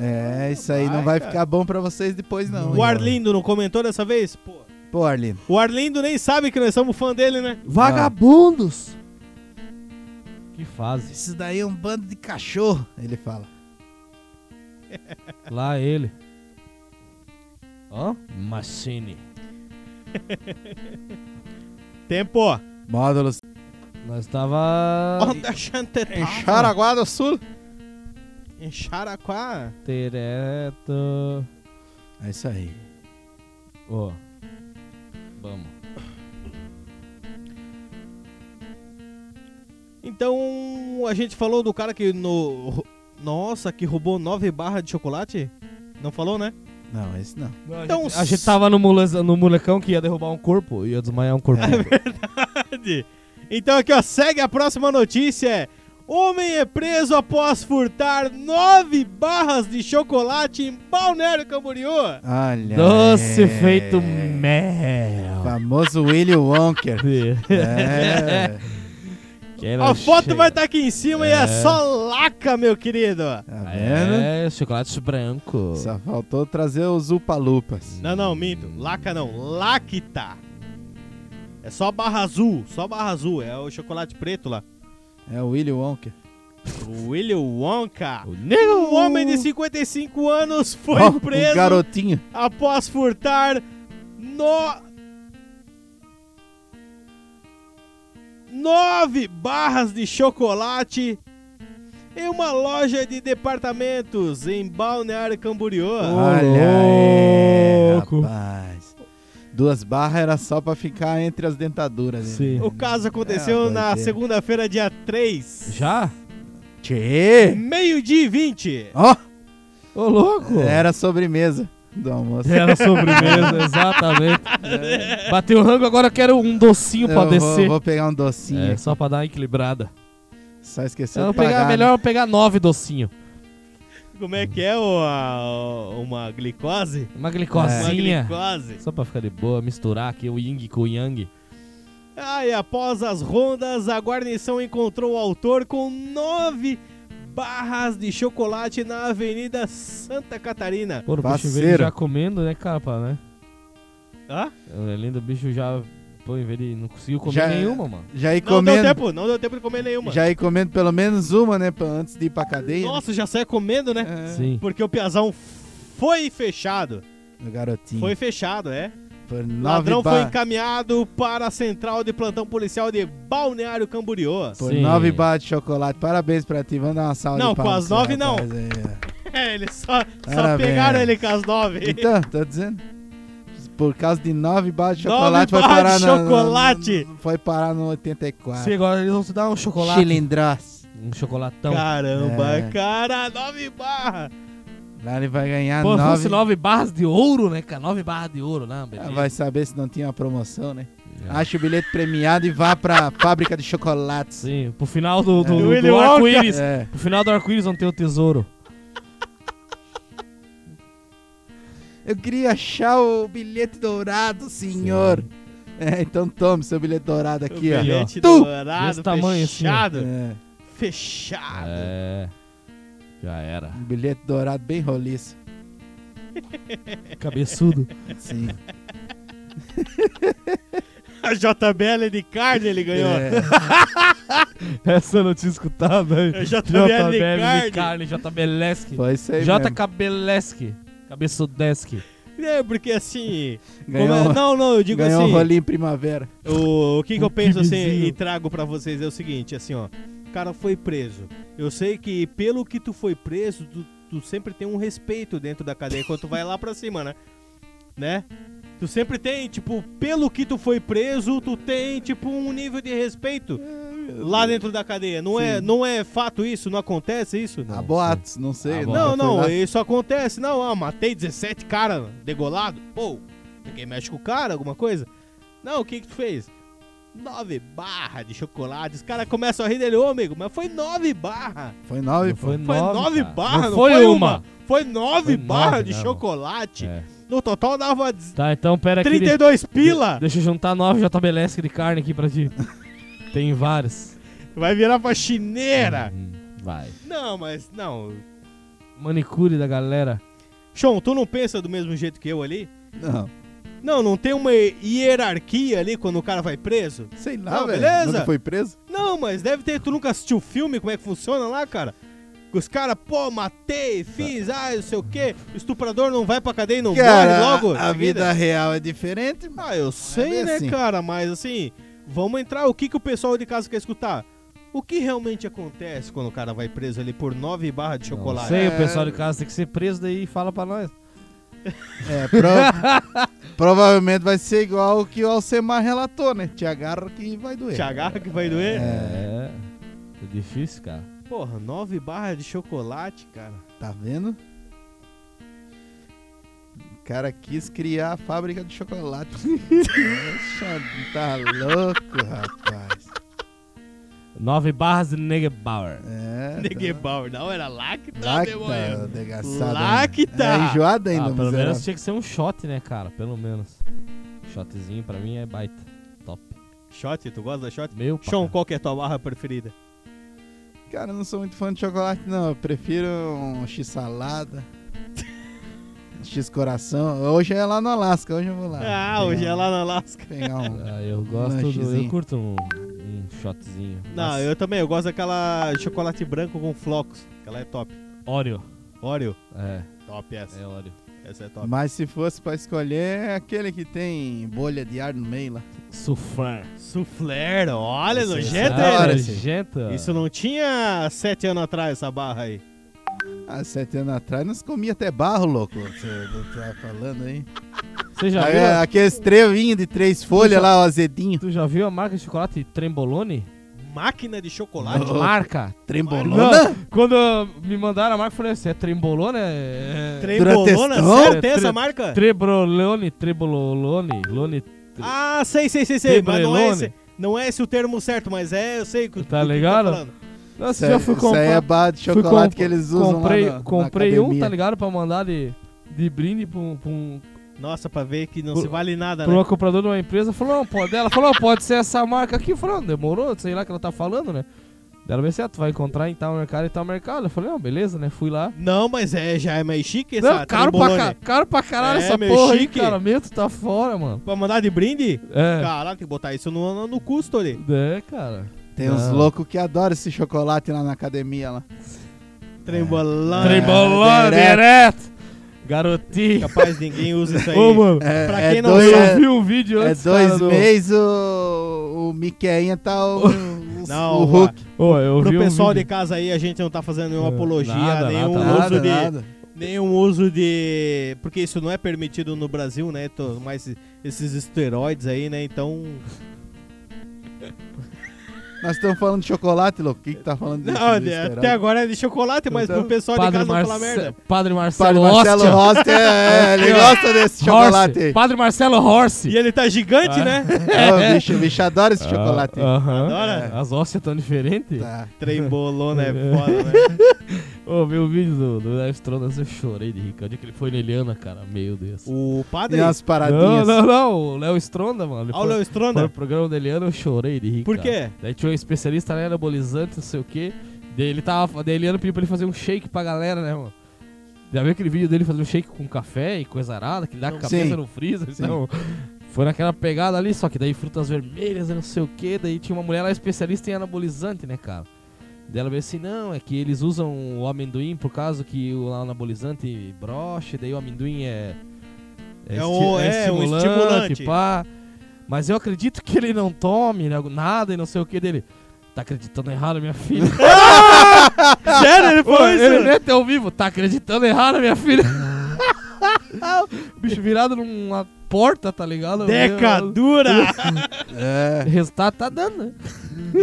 É, isso aí não Vai, vai cara. ficar bom pra vocês depois não. O hein? Arlindo não comentou dessa vez? Pô. Pô, Arlindo. O Arlindo nem sabe que nós somos fã dele, né? Vagabundos! Ah. Que fase. Isso daí é um bando de cachorro, ele fala. Lá ele. Ó, Machine. Tempo, ó. Módulos. Nós tava... Onde a gente tá? Jaraguá do Sul. Em Xaraquá. Direto... É isso aí. Ó. Vamos. Então, a gente falou do cara que no... Nossa, que roubou nove barras de chocolate? Não falou, né? Não, esse não. Então, a, gente, a gente tava no, mule- no molecão que ia derrubar um corpo, ia desmaiar um corpo. É. Verdade. Então aqui, ó, segue a próxima notícia. Homem é preso após furtar nove barras de chocolate em Balneário Camboriú. Olha. Doce é. feito mel. Famoso Willy Wonker. é. Que A não foto chega. vai estar aqui em cima e é só laca, meu querido. Tá vendo? É, chocolate branco. Só faltou trazer os Upalupas. Não, não, minto. Laca não. Lacta. É só barra azul. Só barra azul. É o chocolate preto lá. É o Willy Wonker. O Willy Wonka. O nego- Um homem de 55 anos foi Uh. Ó, O preso garotinho. após furtar no... nove barras de chocolate em uma loja de departamentos em Balneário Camboriú. Olha louco. aí, rapaz. Duas barras era só pra ficar entre as dentaduras. né? Sim. O caso aconteceu É, na doideira. segunda-feira, dia 3, Já? Tchê! meio-dia e 20. Ó, Ô, louco. era a sobremesa do almoço. Era É, sobremesa, exatamente. Bateu o rango, agora eu quero um docinho pra É. Eu descer. Vou, vou pegar um docinho. É, só pra dar uma equilibrada. Só esqueceu Eu vou de pagar. pegar, né? melhor eu pegar nove docinhos. Como é que é o, a- o- uma glicose? Uma É. Uma glicosinha. glicose. Só pra ficar de boa, misturar aqui o ying com o yang. Ah, e após as rondas, a guarnição encontrou o autor com nove barras de chocolate na Avenida Santa Catarina. Pô, o bicho Parceiro. veio já comendo, né, capa, né? É, Hã? Além do bicho já... Pô, em vez de... Não conseguiu comer Já- é. nenhuma, mano. Já ir Não deu comendo. tempo, não deu tempo de comer nenhuma. Já ir comendo pelo menos uma, né? pra- antes de ir pra cadeia. né? Nossa, já saiu comendo, né? É. Sim. Porque o Piazão foi fechado. O garotinho. Foi fechado, é. Por O nove ladrão foi ba- encaminhado para a central de plantão policial de Balneário Camboriú. Por Sim. nove barras de chocolate. Parabéns pra ti. Vamos dar uma salva Não, de palmas com as pra esse nove, não. rapaz aí, É, eles só, só Parabéns. pegaram ele com as nove. ó. Então, tô dizendo. Por causa de nove barras de Nove chocolate, foi barras parar de na- na- chocolate. na- foi parar no 84. Sim, agora eles vão te dar um chocolate. Chilindrós. Um chocolatão. Caramba, É. cara, nove barra. Lá ele vai ganhar Pô, nove. fosse nove barras de ouro, né, cara? Nove barras de ouro, né? Ah, Beleza. vai saber se não tinha uma promoção, né? É. Acha o bilhete premiado e vá pra fábrica de chocolates. Sim, pro final do, do, do Willy Wonka. arco-íris. É. Pro final do arco-íris vão ter o tesouro. Eu queria achar o bilhete dourado, senhor. É, então tome seu bilhete dourado aqui, o ó. bilhete Tu! dourado, Desse tamanho assim, ó. fechado. É, Fechado. É. Já era. um bilhete dourado bem roliço. É Cabeçudo. Sim. A JBL de carne ele ganhou. É. Essa eu não tinha escutado, hein? tá É JBL JBL Carne. É, de carne, JBLesque. Foi isso aí. mesmo. JKBLesque. Cabeçudesk. É, porque assim. Ganhou como é- uma- Não, não, eu digo Ganhou um assim. rolinho primavera. O, o que, que eu penso assim vizinho. e trago pra vocês é o seguinte, assim, ó. O cara foi preso. Eu sei que pelo que tu foi preso, tu, tu sempre tem um respeito dentro da cadeia quando tu vai lá pra cima, né? Né? Tu sempre tem, tipo, pelo que tu foi preso, tu tem, tipo, um nível de respeito lá dentro da cadeia. Não, é, não é fato isso? Não acontece isso? Há boatos, não sei. Ah, né? Não, Foi lá- não, isso acontece. Não, ah, matei 17 caras degolado. Pô, ninguém mexe com o cara, alguma coisa? Não, o que que tu fez? Nove barras de chocolate. Os caras começam a rir dele, ô amigo, mas foi nove barras. Foi nove, Não pô. foi Foi nove, nove, cara. barras, não, Não foi uma. Foi nove Foi barras nove, de né, mano? chocolate. É. No total dava des- Tá, então pera aqui. 32 pila. Deixa eu juntar nove JBLS de carne aqui pra ti. Tem várias. Vai virar faxineira. Uhum, Vai. Não, mas não. Manicure da galera. Sean, tu não pensa do mesmo jeito que eu ali? Não. Não, não tem uma hierarquia ali quando o cara vai preso? Sei lá, Não, velho. beleza. Nunca foi preso? Não, mas deve ter. Tu nunca assistiu o filme, como é que funciona lá, cara? Que Os caras, pô, matei, fiz, ah, não sei o quê. O estuprador não vai pra cadeia e não morre Cara, logo? a em seguida? vida real é diferente, mano. Ah, eu sei, bem né, assim. cara? Mas assim, vamos entrar. O que, que o pessoal de casa quer escutar? O que realmente acontece quando o cara vai preso ali por nove barras de Não chocolate? sei, É. o pessoal de casa tem que ser preso daí e fala pra nós. É, pro- provavelmente vai ser igual o que o Alcemar relatou, né? Te agarra que vai doer. Te agarra que vai doer? É. É difícil, cara. Porra, nove barras de chocolate, cara. Tá vendo? O cara quis criar a fábrica de chocolate. Poxa, tá louco, rapaz. Nove barras de Negebauer. É. Negebauer, não era lacta, Tá lá que tá, demônio. desgraçado. Lá que tá. É enjoado ainda, Ah, pelo miserável. menos tinha que ser um shot, né, cara? Pelo menos. Shotzinho pra mim é baita. Top. Shot, tu gosta da shot? Meu pai. Sean, qual que é a tua barra preferida? Cara, eu não sou muito fã de chocolate, não. Eu prefiro um x-salada. um x-coração. Hoje é lá no Alasca, hoje eu vou lá. Ah, Pegar hoje é um- lá na Alaska. Pegar um... Ah, eu gosto do, lanchezinho. Eu curto um, um shotzinho. Não, eu também, eu gosto daquela chocolate branco com flocos. Aquela é top. Oreo. Oreo, É, top essa. é Oreo. Essa é top. Mas se fosse pra escolher, é aquele que tem bolha de ar no meio lá. Sufran. Suflero, olha, é nojento, da hora, hein? esse. Nojenta. Isso não tinha sete anos atrás, essa barra aí. Há sete anos atrás, nós comia até barro, louco. Você não tá falando aí. Você já Aí, é viu? a- Aqueles trevinhos de três folhas lá, o azedinho. Tu já viu a marca de chocolate Trembolone? Máquina de chocolate. Não. Marca. Trembolona? Quando me mandaram a marca, eu falei assim, é Trembolone? É... Trembolona, Durantestão? sério? Tem Tre- essa marca? Trebrolone, Trebolone, Lone... Ah, sei, sei, sei, sei. Mas não é, Trebrelone. esse, não é esse o termo certo, mas é, eu sei. que- Tá do que ligado? falando. Nossa, Isso, já aí- fui isso aí é comprar... barra de Fui chocolate comp- que eles usam comprei, lá na- na comprei um, academia. Tá tá ligado? Pra mandar de, de brinde pra, um, pra, um- Nossa, pra ver que não Pro- se vale nada, pra né? uma compradora de uma empresa. Falou, não, pode. Ela falou, "Não, pode ser essa marca aqui. Eu Falei, não, demorou, sei lá o que ela tá falando, né? Daí Ela disse, ah, tu vai encontrar em tal mercado e tal mercado. Eu falei, não, beleza, né? Fui lá. Não, mas é, já é mais chique essa tá Não, caro pra, Trembolone. né? ca- caro pra caralho É, essa meu, porra aí, chique. cara. Meu, tu tá fora, mano. Pra mandar de brinde? É, Caralho, tem que botar isso no, no custo ali. é cara. Tem uns Ah. Não. loucos que adoram esse chocolate lá na academia lá. Trembolão. Trem- Trembolone, Ah, direto. direto. Garotinho. Capaz ninguém usa isso aí. Ô, mano. É, Pra é quem não dois, Eu é, vi um vídeo é antes, cara, dois do- meses o, o Miquelinha tá o, o, Não, o Hulk. Ô, eu Pro vi um pessoal de vídeo. casa aí, a gente não tá fazendo nenhuma É, apologia, nada, nenhum, nada, uso Nada, de, nada. nenhum uso de. Porque isso não é permitido no Brasil, né? Tô- Mas esses esteroides aí, né? Então. Nós estamos falando de chocolate, louco. O que, que tá falando disso? Não, né, de esteroide? até agora é de chocolate, mas Então, pro pessoal de Padre, casa não Marce... falar merda. Padre O Padre Marcelo Marcelo Hostia. Rossi, é, é, ele Aqui, ó. gosta desse chocolate aí. Horse. Padre Marcelo Horse. E ele tá gigante, Ah. né? Ó, o bicho, o bicho adora esse chocolate. aí. Ah, aham. Adora? As hóstias tão diferentes. Tá. Trembolona é É. foda, né? Ô, meu vídeo do, do Live Stronas, eu chorei de rir. cara. O dia que ele foi na Eliana, cara, meu Deus. O padre. Tem umas Não, paradinhas. não, não, o Léo Stronda, mano. Ele Olha o foi- Léo foi Stronda. no programa da Eliana, eu chorei de rir. né? Por cara. quê? Daí tinha um especialista em anabolizante, não sei o quê. Daí ele tava. Daí a Eliana pediu pra ele fazer um shake pra galera, né, mano? Já viu aquele vídeo dele fazendo um shake com café e coisa arada, que dá com a cabeça Sim. no freezer, Sim. então. Foi naquela pegada ali, só que daí frutas vermelhas e não sei o que, daí tinha uma mulher lá especialista em anabolizante, né, cara? Daí ela veio assim, não, é que eles usam o amendoim por causa que o anabolizante broche, daí o amendoim é. É, É esti- um- é é um estimulante, estimulante. pá. Mas eu acredito que ele não tome né, nada e não sei o que dele. Tá acreditando errado, minha filha? Sério, ele Pô, falou isso? é. ele mete ao vivo. Tá acreditando errado, minha filha? Bicho virado numa porta, tá ligado? Decadura! É. Resultado tá dando, né?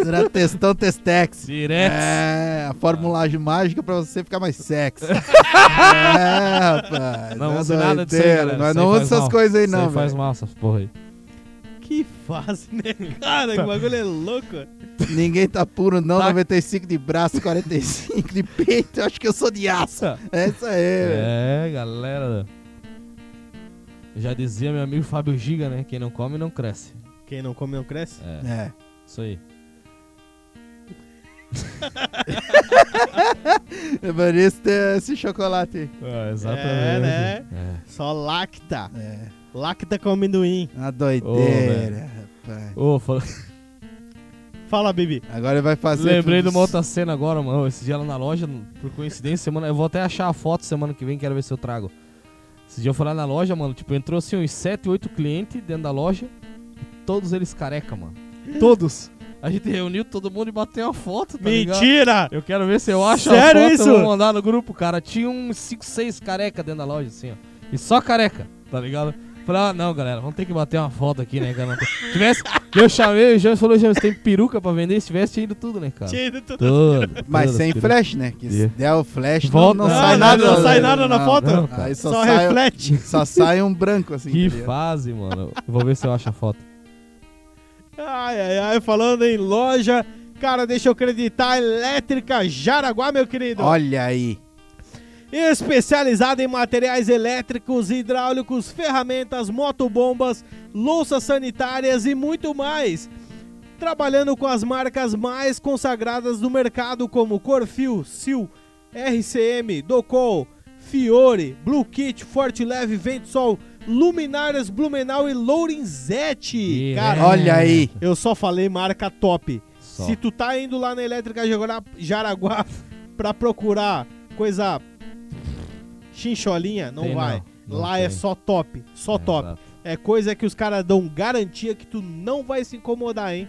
Será testão testex. Direto. É, a formulagem mágica pra você ficar mais sexy. é, rapaz. Não é use nada disso aí, doideira. galera. Isso Nós aí faz não usa essas mal. coisas aí, Isso aí não. faz velho. mal essas porra aí. que fase, né, cara? Que bagulho é louco. Ninguém tá puro, não. Tá. 95 de braço, 45 de peito. Eu acho que eu sou de aço. É isso aí, velho. É, galera. Já dizia meu amigo Fábio Giga, né? Quem não come não cresce. Quem não come não cresce. É, É. isso aí. É por isso que tem esse chocolate aí. exatamente. É, né? Só lacta. É. Lacta com amendoim. Uma Ô, velho. doideira, rapaz. Ô, fala- Fala, Bibi. Agora ele vai fazer. lembrei de tudo uma outra cena agora, mano. Esse dia lá na loja, por coincidência, semana, eu vou até achar a foto semana que vem, quero ver se eu trago. Esse dia eu fui lá na loja, mano, tipo, entrou assim uns 7, 8 clientes dentro da loja, todos eles careca, mano. Todos. A gente reuniu todo mundo e bateu a foto, tá ligado? Mentira! Eu quero ver se eu acho Sério a foto isso? eu vou mandar no grupo, cara. Tinha uns 5, 6 careca dentro da loja, assim, ó. E só careca, tá ligado? Falei, ah, não, galera, vamos ter que bater uma foto aqui, né, cara? Não tem- Tivesse, eu chamei, o James falou, James, tem peruca pra vender? Se tivesse, tinha ido tudo, né, cara? Tinha ido tudo. Tudo. Mas tudo, sem peruca. flash, né? Que se Yeah. der o flash, Volta. não, não, Não, sai não, nada. não sai nada na foto. Não, cara. Aí só, Só sai, reflete. só sai um branco, assim. Que tá ligado? fase, mano. Eu Vou ver se eu acho a foto. Ai, ai, ai, falando em loja, cara, deixa eu acreditar, Elétrica Jaraguá, meu querido. Olha aí. Especializada em materiais elétricos, hidráulicos, ferramentas, motobombas, louças sanitárias e muito mais. Trabalhando com as marcas mais consagradas do mercado, como Corfil, Sil, RCM, Docol, Fiore, Blue Kit, Forte Leve, Ventosol, Luminárias, Blumenau e Lourenzetti. Direto. Cara, Olha aí. eu só falei marca top. Só. Se tu tá indo lá na Elétrica Jaraguá- Jaraguá pra procurar coisa chincholinha, não Tem vai. não. Não lá é tem. só top, só É, top. exato. É coisa que os caras dão garantia que tu não vai se incomodar, hein?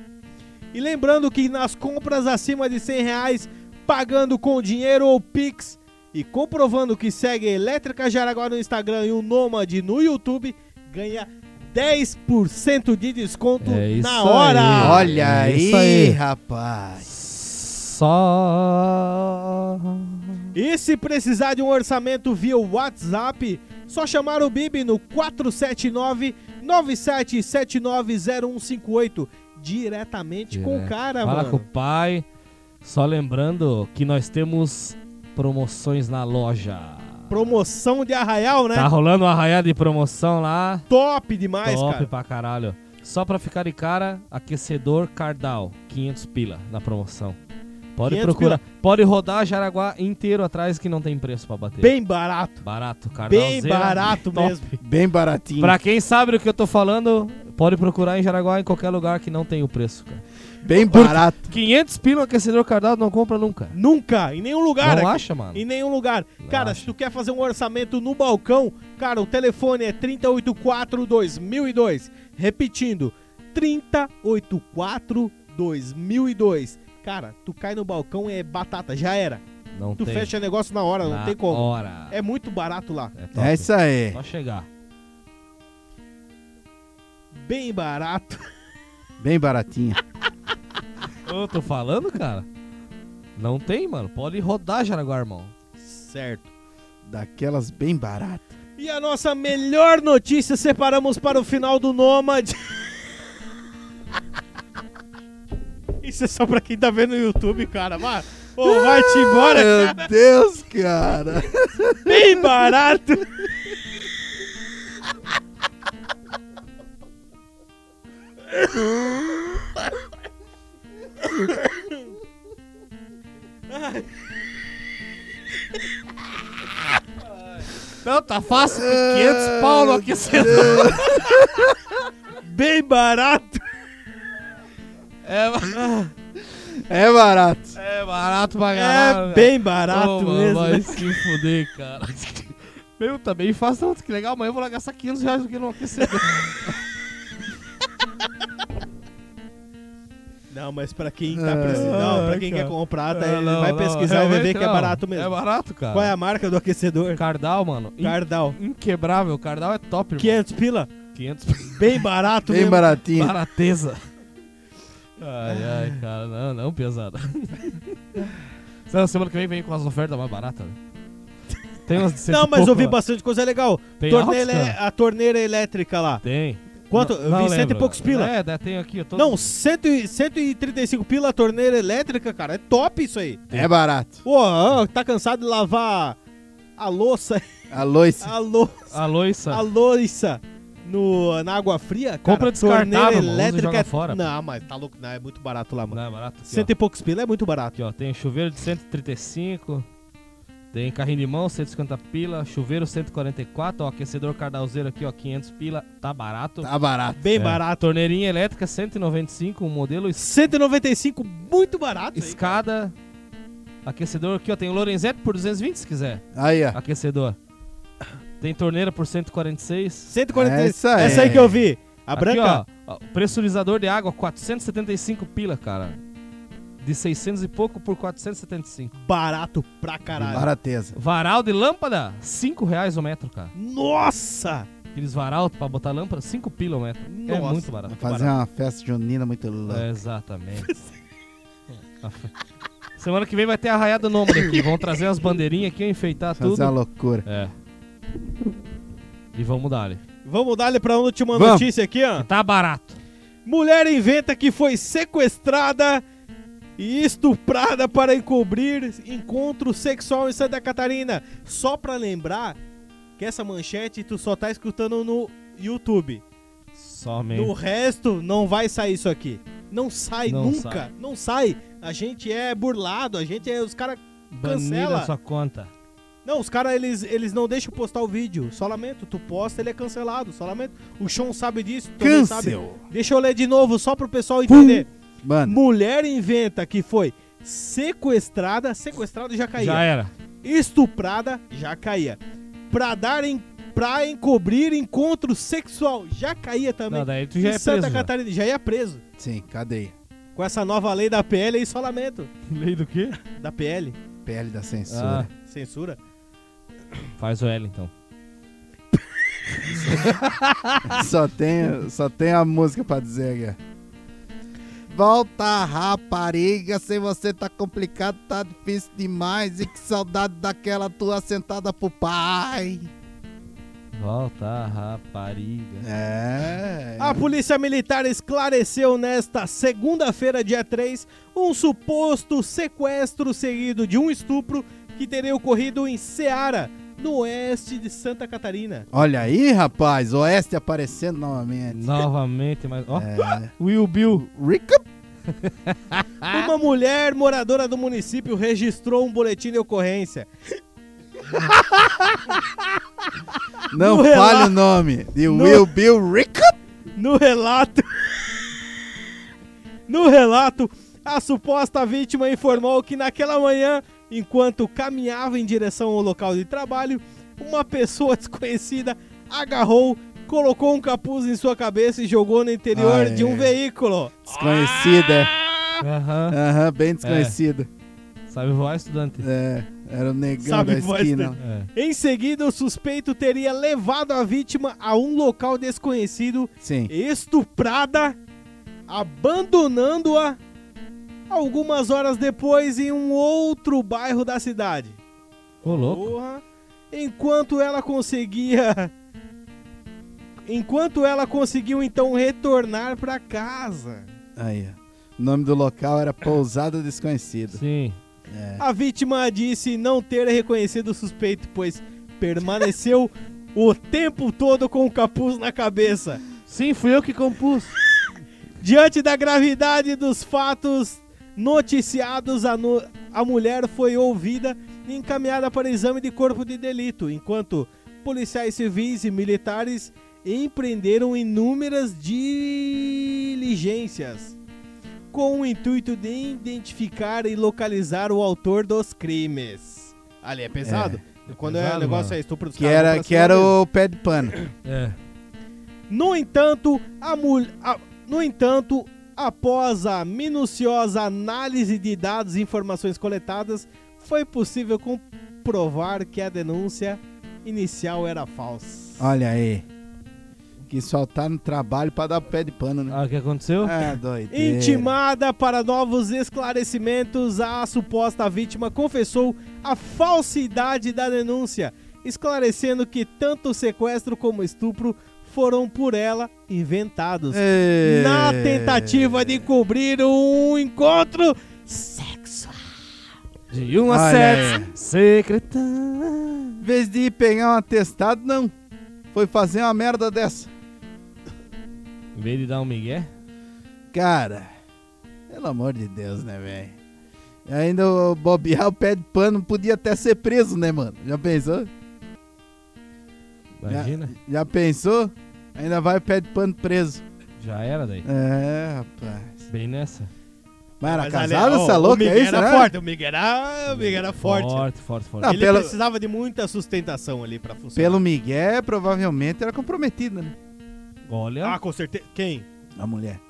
E lembrando que nas compras acima de 100 reais, pagando com dinheiro ou Pix e comprovando que segue Elétrica Jaraguá no Instagram e o Nômade no YouTube, ganha 10% de desconto É isso na hora! aí. Ah, Olha é aí, isso aí. rapaz. Só. E se precisar de um orçamento via WhatsApp, só chamar o Bibi no 479-9779-0158. Diretamente com o Direto. cara, Fala mano. com o pai. Só lembrando que nós temos promoções na loja. Promoção de arraial, né? Tá rolando um arraial de promoção lá. Top demais, Top cara. pra caralho. Só pra ficar de cara, aquecedor Cardal, 500 pila na promoção. Pode 500 procurar, pode rodar Jaraguá inteiro atrás que não tem preço pra bater. Bem barato. barato, Cardal. Bem barato mesmo. Bem baratinho. Pra quem sabe do que eu tô falando, pode procurar em Jaraguá em qualquer lugar que não tem o preço, cara. Bem barato. 500 pila um aquecedor Cardal não compra nunca. Nunca, em nenhum lugar. não aqui. acha, mano? Em nenhum lugar. Não cara, acha. se tu quer fazer um orçamento no balcão, cara, o telefone é 384-2002. Repetindo, 384-2002. Cara, tu cai no balcão é batata, já era. Não Tu tem. Ah, fecha negócio na hora, não Na tem como. Hora. É muito barato lá. É, top. É isso aí. Só chegar. Bem barato. Bem baratinho. Eu tô falando, cara. Não tem, mano. Pode rodar Jaraguá, irmão. Certo. Daquelas bem baratas. E a nossa melhor notícia separamos para o final do Nômade. Isso é só pra quem tá vendo no YouTube, cara. Mas, ô, vai-te embora, Ah, Meu Deus, cara. bem barato. Não, tá fácil. Ah, 500 pau no aquecedor. Bem barato. É, ba- É barato. é barato pra É caralho. bem barato Ô, mano, mesmo. Vai se fuder, cara. né? Meu, tá bem fácil, não. Que legal, amanhã eu vou lá gastar 500 reais porque não aquecedor. Não, mas pra quem tá Ah, precisando, não, pra ai, quem cara. quer comprar, tá, Ah, ele não, vai não, pesquisar e vai ver realmente que é não. barato mesmo. É barato, cara. Qual é a marca do aquecedor? Cardal, mano. In- Cardal. Inquebrável. Cardal é top, irmão. 500 pila? 500 Bem barato Bem mesmo. baratinho. barateza. Ai, ai, cara. Não, não, pesado. Será que semana que vem vem com as ofertas mais baratas? né? Tem umas de cento e Não, mas eu pouco, vi né? bastante coisa legal. Tem Torneira altos, ele- cara? a torneira elétrica lá. Tem. Quanto? Não- eu não vi cento e lembro, poucos cara. pila. É, né, tem aqui. Eu tô... Não, cento e, 135 pila a torneira elétrica, cara. É top isso aí. É barato. Pô, ah, tá cansado de lavar a louça, A loice. Ah, a louça, A loiça. a louça no, na água fria? Cara, Compra descartável, torneira mano, usa e joga é- fora, pô. Não, mas tá louco, não, é muito barato lá, mano. Não, é barato. Aqui, ó. Cento e poucos pila é muito barato. Aqui, ó, tem chuveiro de 135, tem carrinho de mão, 150 pila, chuveiro 144, ó, aquecedor cardalzeiro aqui, ó, 500 pila, tá barato. Tá barato. Bem É. barato. Torneirinha elétrica 195, um modelo es- 195, muito barato. hein? escada. Aquecedor aqui, ó, tem o Lorenzetti por 220 se quiser. Aí, ó. Aquecedor. Tem torneira por 146. 146. Essa é. Essa aí que eu vi. A Aqui, branca. ó, ó, pressurizador de água 475 pila, cara. De 600 e pouco por 475. Barato pra caralho. Barateza. Varal de lâmpada, 5 reais o metro, cara. Nossa! Aqueles varal pra botar lâmpada, 5 pila o metro. É Nossa. muito barato. Vai fazer uma festa junina muito louca. É, exatamente. Semana que vem vai ter a raiada nômade aqui. Vão trazer as bandeirinhas aqui, enfeitar Fazer uma tudo. loucura. É. E vamos dar ali. Vamos dar-lhe pra última Vamos. notícia aqui, ó. Tá barato. Mulher inventa que foi sequestrada e estuprada para encobrir encontro sexual em Santa Catarina. Só pra lembrar que essa manchete tu só tá escutando no YouTube. Somente. No resto, não vai sair isso aqui. Não sai Não nunca. sai. Não sai. A gente é burlado, a gente é. Os caras. Banir cancela. a sua conta. Não, os caras eles, eles não deixam postar o vídeo. Só lamento. Tu posta, ele é cancelado. Só lamento. O Sean sabe disso. tu também sabe. Cancel. Deixa eu ler de novo, só pro pessoal entender. Mano, Mulher inventa que foi sequestrada, sequestrada já caía. Já é. era. Estuprada já caía. Pra dar em pra encobrir encontro sexual já caía também. Não, daí tu já Em é Santa preso, já. Catarina já ia preso. sim, cadeia. Com essa nova lei da PL aí, só lamento. Lei do quê? Da PL, Pele da Ah. censura. censura. Faz o L então. Só, tem, só tem a música pra dizer aqui. ó. Volta, rapariga, se você tá complicado, tá difícil demais. E que saudade daquela tua sentada pro pai. Volta, rapariga. É. A polícia militar esclareceu nesta segunda-feira, dia 3, um suposto sequestro seguido de um estupro que teria ocorrido em Ceara, no oeste de Santa Catarina. Olha aí, rapaz, Oeste aparecendo novamente. Novamente, mas. Ó, É. Will Bill. Rica Uma mulher moradora do município registrou um boletim de ocorrência. Não é No fale relato- o nome. De no- Will Bill Rica. No relato. no relato, a suposta vítima informou que naquela manhã, enquanto caminhava em direção ao local de trabalho, uma pessoa desconhecida agarrou, colocou um capuz em sua cabeça e jogou no interior Ah, de um é. veículo. Desconhecida. Aham. Aham, bem desconhecida. Sabe voar, estudante? É, era o negão Sabe da voz esquina. É. Em seguida, o suspeito teria levado a vítima a um local desconhecido Sim. estuprada, abandonando-a algumas horas depois em um outro bairro da cidade. Ô, louco. Porra. Enquanto ela conseguia. Enquanto ela conseguiu então retornar pra casa. Aí, ó. O nome do local era Pousada Desconhecida. Sim. É. A vítima disse não ter reconhecido o suspeito, pois permaneceu o tempo todo com o capuz na cabeça. Sim, fui eu que compus. Diante da gravidade dos fatos noticiados, a, nu- a mulher foi ouvida e encaminhada para exame de corpo de delito, enquanto policiais civis e militares empreenderam inúmeras diligências com o intuito de identificar e localizar o autor dos crimes. Ali é pesado? Quando é pesado, o negócio mano. é estupro dos Que caras, era, pra que cima era deles. o pé de pano. É. No entanto, a mulher. No entanto, após a minuciosa análise de dados e informações coletadas, foi possível comprovar que a denúncia inicial era falsa. Olha aí. Que só tá no trabalho pra dar pé de pano, né? Ah, o que aconteceu? Ah, doido. Intimada para novos esclarecimentos, a suposta vítima confessou a falsidade da denúncia, esclarecendo que tanto o sequestro como o estupro foram por ela inventados. É. na tentativa de cobrir um encontro sexual. De 1 a Olha 7. Secretário. Em vez de ir pegar um atestado, não. Foi fazer uma merda dessa. Em vez de dar um migué. Cara, pelo amor de Deus, né, velho? Ainda o bobear o pé de pano podia até ser preso, né, mano? Já pensou? Imagina. Já, já pensou? Ainda vai o pé de pano preso. Já era daí. É, rapaz. Bem nessa. Mas era é Mas, casada olha, ó, essa o louca aí, Miguel era será? forte, o Miguel era, o Miguel era forte. Forte, forte, forte. né? Ah, Ele pela- precisava de muita sustentação ali pra funcionar. Pelo Miguel, provavelmente era comprometida, né? Olha. Ah, com certeza. Quem? A mulher.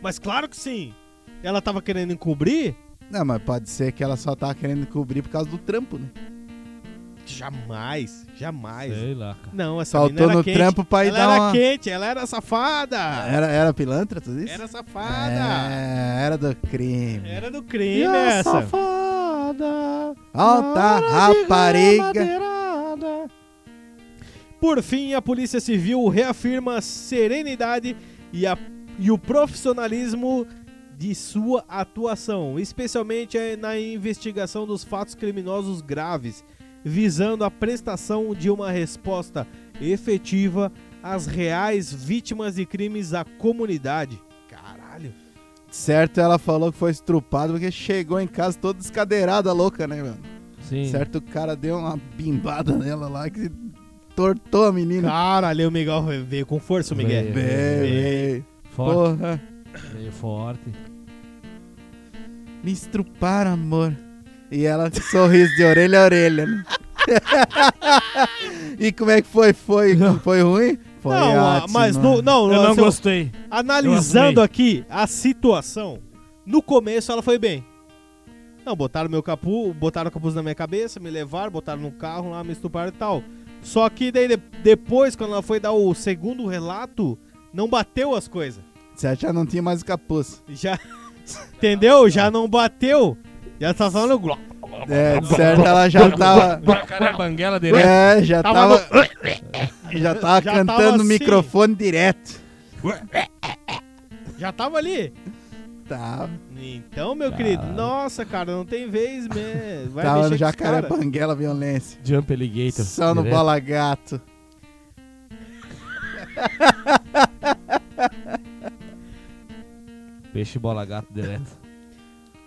Mas claro que sim. Ela tava querendo encobrir? Não, mas pode ser que ela só tava querendo cobrir por causa do trampo, né? Jamais, jamais. Sei lá, cara. Não, essa Saltou menina era no quente. trampo pra ir ela dar era uma- quente, ela era safada. Era, era pilantra, tudo isso? Ah. Era safada. É, era do crime. Era do crime E a essa. Safada. Alta na hora de tá, rapariga. gramadeirada. Por fim, a Polícia Civil reafirma a serenidade e, a- e o profissionalismo de sua atuação, especialmente eh, na investigação dos fatos criminosos graves, visando a prestação de uma resposta efetiva às reais vítimas de crimes à comunidade. Caralho. Certo, ela falou que foi estrupada porque chegou em casa toda descadeirada, louca, né, mano? Sim. Certo, o cara deu uma bimbada nela lá que tortou a menina. Caralho, o Miguel veio com força, o Miguel. Veio. Bem, bem. Forte. Porra. Meio forte. Me estruparam, amor. E ela com um sorriso de orelha a orelha, né? e como é que foi? Foi, foi ruim? Foi Não, ah, ótimo. né? mas no, não, assim, Eu não seu- gostei. Analisando aqui a situação, no começo ela foi bem. Não, botaram meu capuz, botaram o capuz na minha cabeça, me levaram, botaram no carro lá, me estuparam e tal. Só que daí de- depois, quando ela foi dar o segundo relato, não bateu as coisas. Você já não tinha mais o capuz. Já. Entendeu? Já não bateu. Já tá falando. gló. É, de certo, ela já tava. Cara, banguela direto. É, já tava. Tava Já tava Já cantando tava no assim. microfone direto. Já tava ali. Tá, Então, meu querido, nossa, cara, não tem vez mesmo. Vai tava mexer Tá no com os jacaré cara. banguela violência. Jump Alligator. Só no direto. bola gato. Peixe bola gato direto.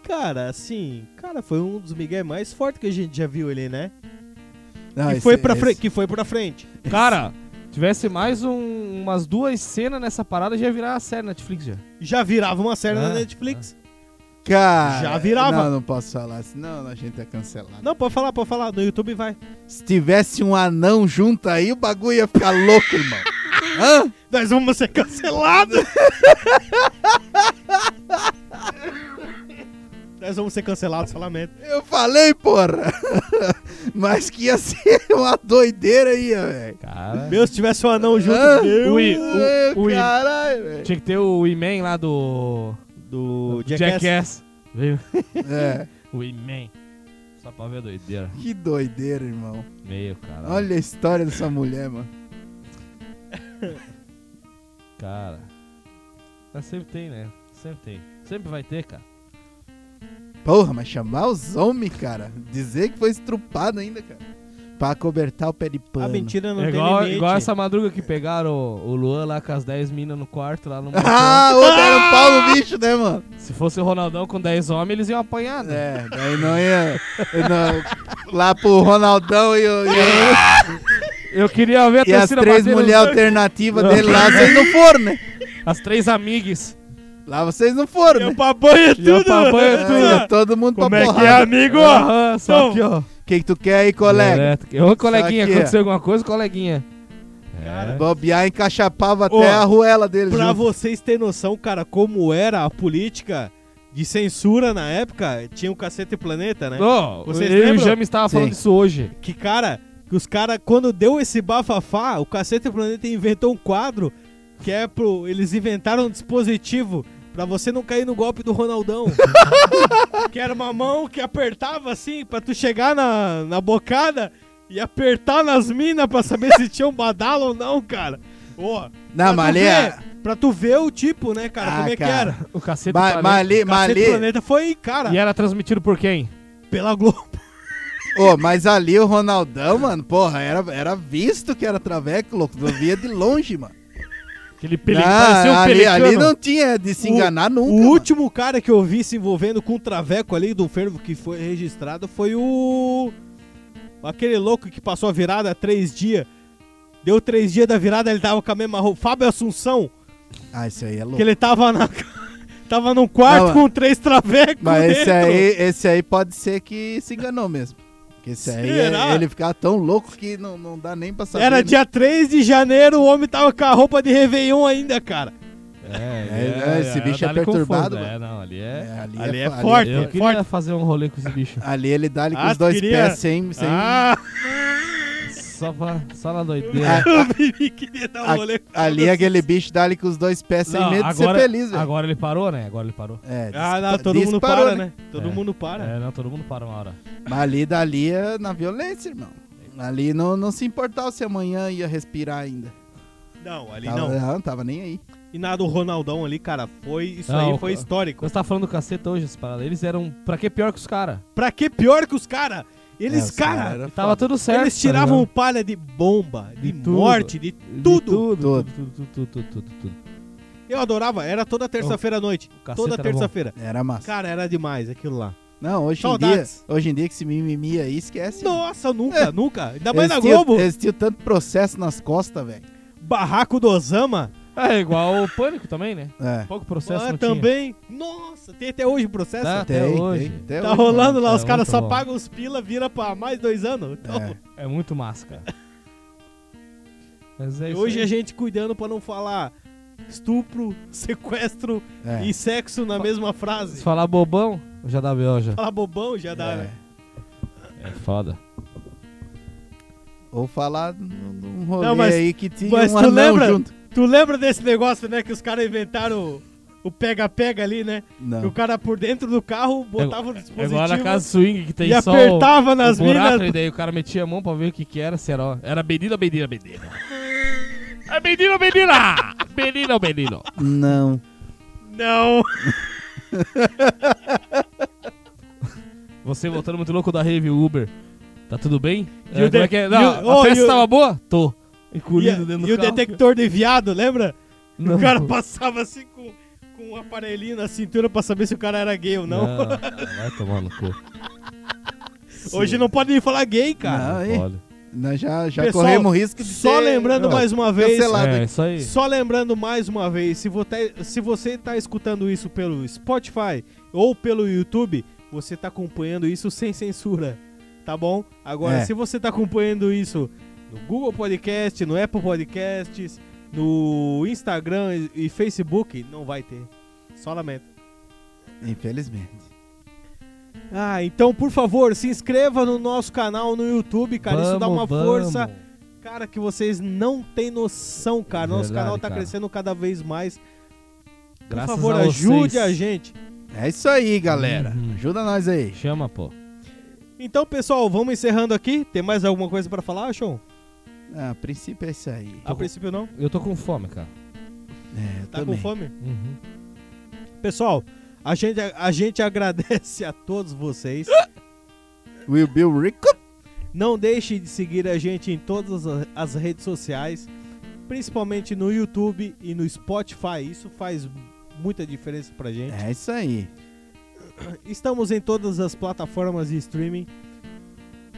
Cara, assim, cara, foi um dos Miguel mais fortes que a gente já viu ele, né? Não, que, Ah, esse- foi pra esse- fre- que foi pra frente. Cara, tivesse mais um- umas duas cenas nessa parada, já ia virar a série Netflix já. Já virava uma série na Ah, Netflix. Cara, Já virava. Não, não posso falar, senão a gente é cancelado. Não, pode falar, pode falar. No YouTube vai. Se tivesse um anão junto aí, o bagulho ia ficar louco, irmão. Hã? Nós vamos ser cancelados! Nós vamos ser cancelados, falamento. Eu falei, porra. Mas que ia ser uma doideira aí, velho. Ah, Cara. Meu, se tivesse um anão junto, Hã? meu, Ui, o- Ai, o- Caralho, velho. Tinha que ter o He-Man lá do. do Jackass. Jackass. Veio. É, O He-Man. Só pra ver a doideira. que doideira, irmão. Meio, cara. Olha a história dessa mulher, mano. Cara. Mas sempre tem, né? Sempre tem. Sempre vai ter, cara. Porra, mas chamar os homens, cara. Dizer que foi estrupado ainda, cara. Pra cobertar o pé de pano. A Ah, mentira não É tem igual, limite. igual essa madruga que pegaram o, o Luan lá com as 10 minas no quarto lá no motel. Ah, o outro era um pau no bicho, né, mano? Se fosse o Ronaldão com 10 homens, eles iam apanhar, né? É, daí não ia. não- lá pro Ronaldão e, o- e, Eu queria ver a e as torcida três batendo- mulheres alternativas Não. dele lá, vocês não foram, né? As três amigas. Lá vocês não foram, Eu né? pra banho Ia tudo! pra banho É, tudo. todo mundo pra Como é que é, porrada. amigo? Aham, só Então, que, ó. que, que tu quer aí, colega? Direto. Ô, coleguinha, Isso aqui, aconteceu alguma coisa, coleguinha? É. Cara, Bobear encaixapava Ô, até a ruela deles. É. Pra junto. vocês terem noção, cara, como era a política de censura na época, tinha o Cacete Planeta, né? Ô, Vocês eu e o lembram? James estava falando Sim. disso hoje. Que, cara, que os caras, quando deu esse bafafá, o Cacete Planeta inventou um quadro que é pro... Eles inventaram um dispositivo pra você não cair no golpe do Ronaldão. que era uma mão que apertava assim pra tu chegar na, na bocada e apertar nas minas pra saber se tinha um badalo ou não, cara. Ô, pra Não, tu mas ali ver- é- Pra tu ver o tipo, né, cara, Ah, como é que cara. era. O cacete Mas mas ali, mas Cacete ali, Planeta foi, cara, E era transmitido por quem? pela Globo. ô, mas ali o Ronaldão, mano, porra, era, era visto que era traveco, louco. Eu via de longe, mano. Aquele pele... Não, parecia um Ah, ali, pelicano. ali não tinha de se O- enganar nunca. o mano. último cara que eu vi se envolvendo com o Traveco ali do fervo que foi registrado foi o. Aquele louco que passou a virada três dias. Deu três dias da virada, ele tava com a mesma roupa. Fábio Assunção, Ah, isso aí é louco. que ele tava na. tava num quarto Não, com três travecos. Mas esse dentro. aí, esse aí pode ser que se enganou mesmo. Porque esse aí, Será? é- ele ficava tão louco que não, não dá nem pra saber. Era né? dia 3 de janeiro, o homem tava com a roupa de Réveillon ainda, cara. É, é, esse bicho é dá-lhe perturbado, confuso. mano. É, não, ali é... É, ali, Ali é, é fa- forte. Eu É queria fazer um rolê com esse bicho. Ali, ele dá ali com Ah, os dois tu queria? pés sem. sem... Ah, Só, pra, só na A- doideira. o menino queria dar a- um rolê. com ali todas- aquele bicho dá ali com os dois pés sem Não, medo de ser feliz, velho. Agora ele parou, né? Agora ele parou. É, Ah, dispa- não, todo mundo disparou, para, né? Todo É. mundo para. É, não, todo mundo parou uma hora. Mas ali dali é na violência, irmão. Ali não, não se importava se amanhã ia respirar ainda. Não, ali Tava, não. não, tava nem aí. E nada, o Ronaldão ali, cara, foi. Isso Não, aí foi o- histórico. Quando você tá falando do caceta hoje, essas paradas, eles eram pra que pior que os caras? Pra que pior que os caras? É, Eles, os cara cara, era Tava foda. tudo certo. eles tá tiravam ligado? palha de bomba, de, De tudo. morte, de De tudo. Tudo, Tudo. tudo, tudo, tudo, tudo, tudo, tudo. Eu adorava, era toda terça-feira à noite. cacete Toda era terça-feira. Era massa. Cara, era demais aquilo lá. Não, hoje em, dia, Saudades. hoje em dia que esse mimimi aí esquece. Nossa, nunca, É. nunca. Ainda Tá mais na Eles tinham- Globo. Eles tinham tanto processo nas costas, velho. Barraco do Osama. É igual o pânico também, né? É. Pouco processo ah, não tinha. também. Nossa, tem até hoje o processo. Tá, Tá, Até tem, hoje. tem, um até hoje, rolando lá, tá os caras muito só bom. pagam os pila, vira pra mais dois anos. Então, mano. É. É muito massa, cara. Mas é E isso hoje aí. a gente cuidando pra não falar estupro, sequestro É. e sexo na mesma Se frase. falar bobão, já dá B.O. já. Falar bobão já dá. né? É foda. Ou falar num num um rolê Não, mas- aí que tinha mas um tu anão lembra? junto. Tu lembra desse negócio, né? Que os caras inventaram o o pega-pega ali, né? Tá. Que Não. o cara por dentro do carro botava o É dispositivo igual na casa swing que tem e só apertava o, o nas buraco, minas. e daí o cara metia a mão pra ver o que que era, se era, ó, era menino ou menina, menina. É menino ou menina? Menino ou menino? Não. Não. Você voltando muito louco da rave Uber. Tá tudo bem? E o como é de- que é? e Não, o- a oh, festa e o- tava boa? Tô. E, Encolhido dentro do e o carro. detector de viado, lembra? Não. O cara passava assim com, com um aparelhinho na cintura pra saber se o cara era gay ou não. Não, Ah, vai tomar no cu. Hoje não pode falar gay, cara. Não, aí, Olha. nós já, já Pessoal, corremos risco de Só ser- lembrando Não. mais uma vez. Cancelado. Pelado. É, isso aí. Só lembrando mais uma vez, se você, se você tá escutando isso pelo Spotify ou pelo YouTube, você tá acompanhando isso sem censura, tá bom? Agora, É. se você tá acompanhando isso no Google Podcast, no Apple Podcasts, no Instagram e, e Facebook, não vai ter. Só lamento. Infelizmente. Ah, então, por favor, se inscreva no nosso canal no YouTube, cara. isso dá Vamos, uma vamos. força. Cara, que vocês não têm noção, cara. Nosso Verdade, canal tá cara. crescendo cada vez mais. Por Graças favor, a ajude vocês. a gente. É isso aí, galera. Uhum. Ajuda nós aí. Chama, pô. Então, pessoal, vamos encerrando aqui. Tem mais alguma coisa pra falar, Sean? Ah, a princípio é isso aí. A princípio não. Eu tô com fome, cara. É, eu Tá também. com fome? Uhum. Pessoal, a gente, a gente agradece a todos vocês. Will Bill Rico? Não deixe de seguir a gente em todas a- as redes sociais, principalmente no YouTube e no Spotify. Isso faz muita diferença pra gente. É isso aí. Estamos em todas as plataformas de streaming.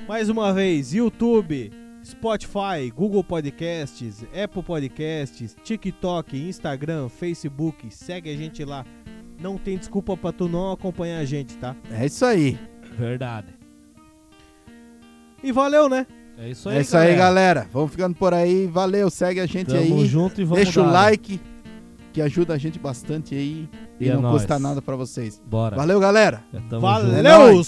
Mais uma vez, YouTube, Spotify, Google Podcasts, Apple Podcasts, TikTok, Instagram, Facebook. Segue a gente lá. Não tem desculpa pra tu não acompanhar a gente, tá? É isso aí. Verdade. E valeu, né? É isso aí, É isso aí, galera. Vamos ficando por aí. Valeu, segue a gente Tamo aí. junto e vamos Deixa o dar. né? like, que ajuda a gente bastante aí. E, E é não nóis. custa nada pra vocês. Bora. Valeu, galera! É, tamo junto. Valeu!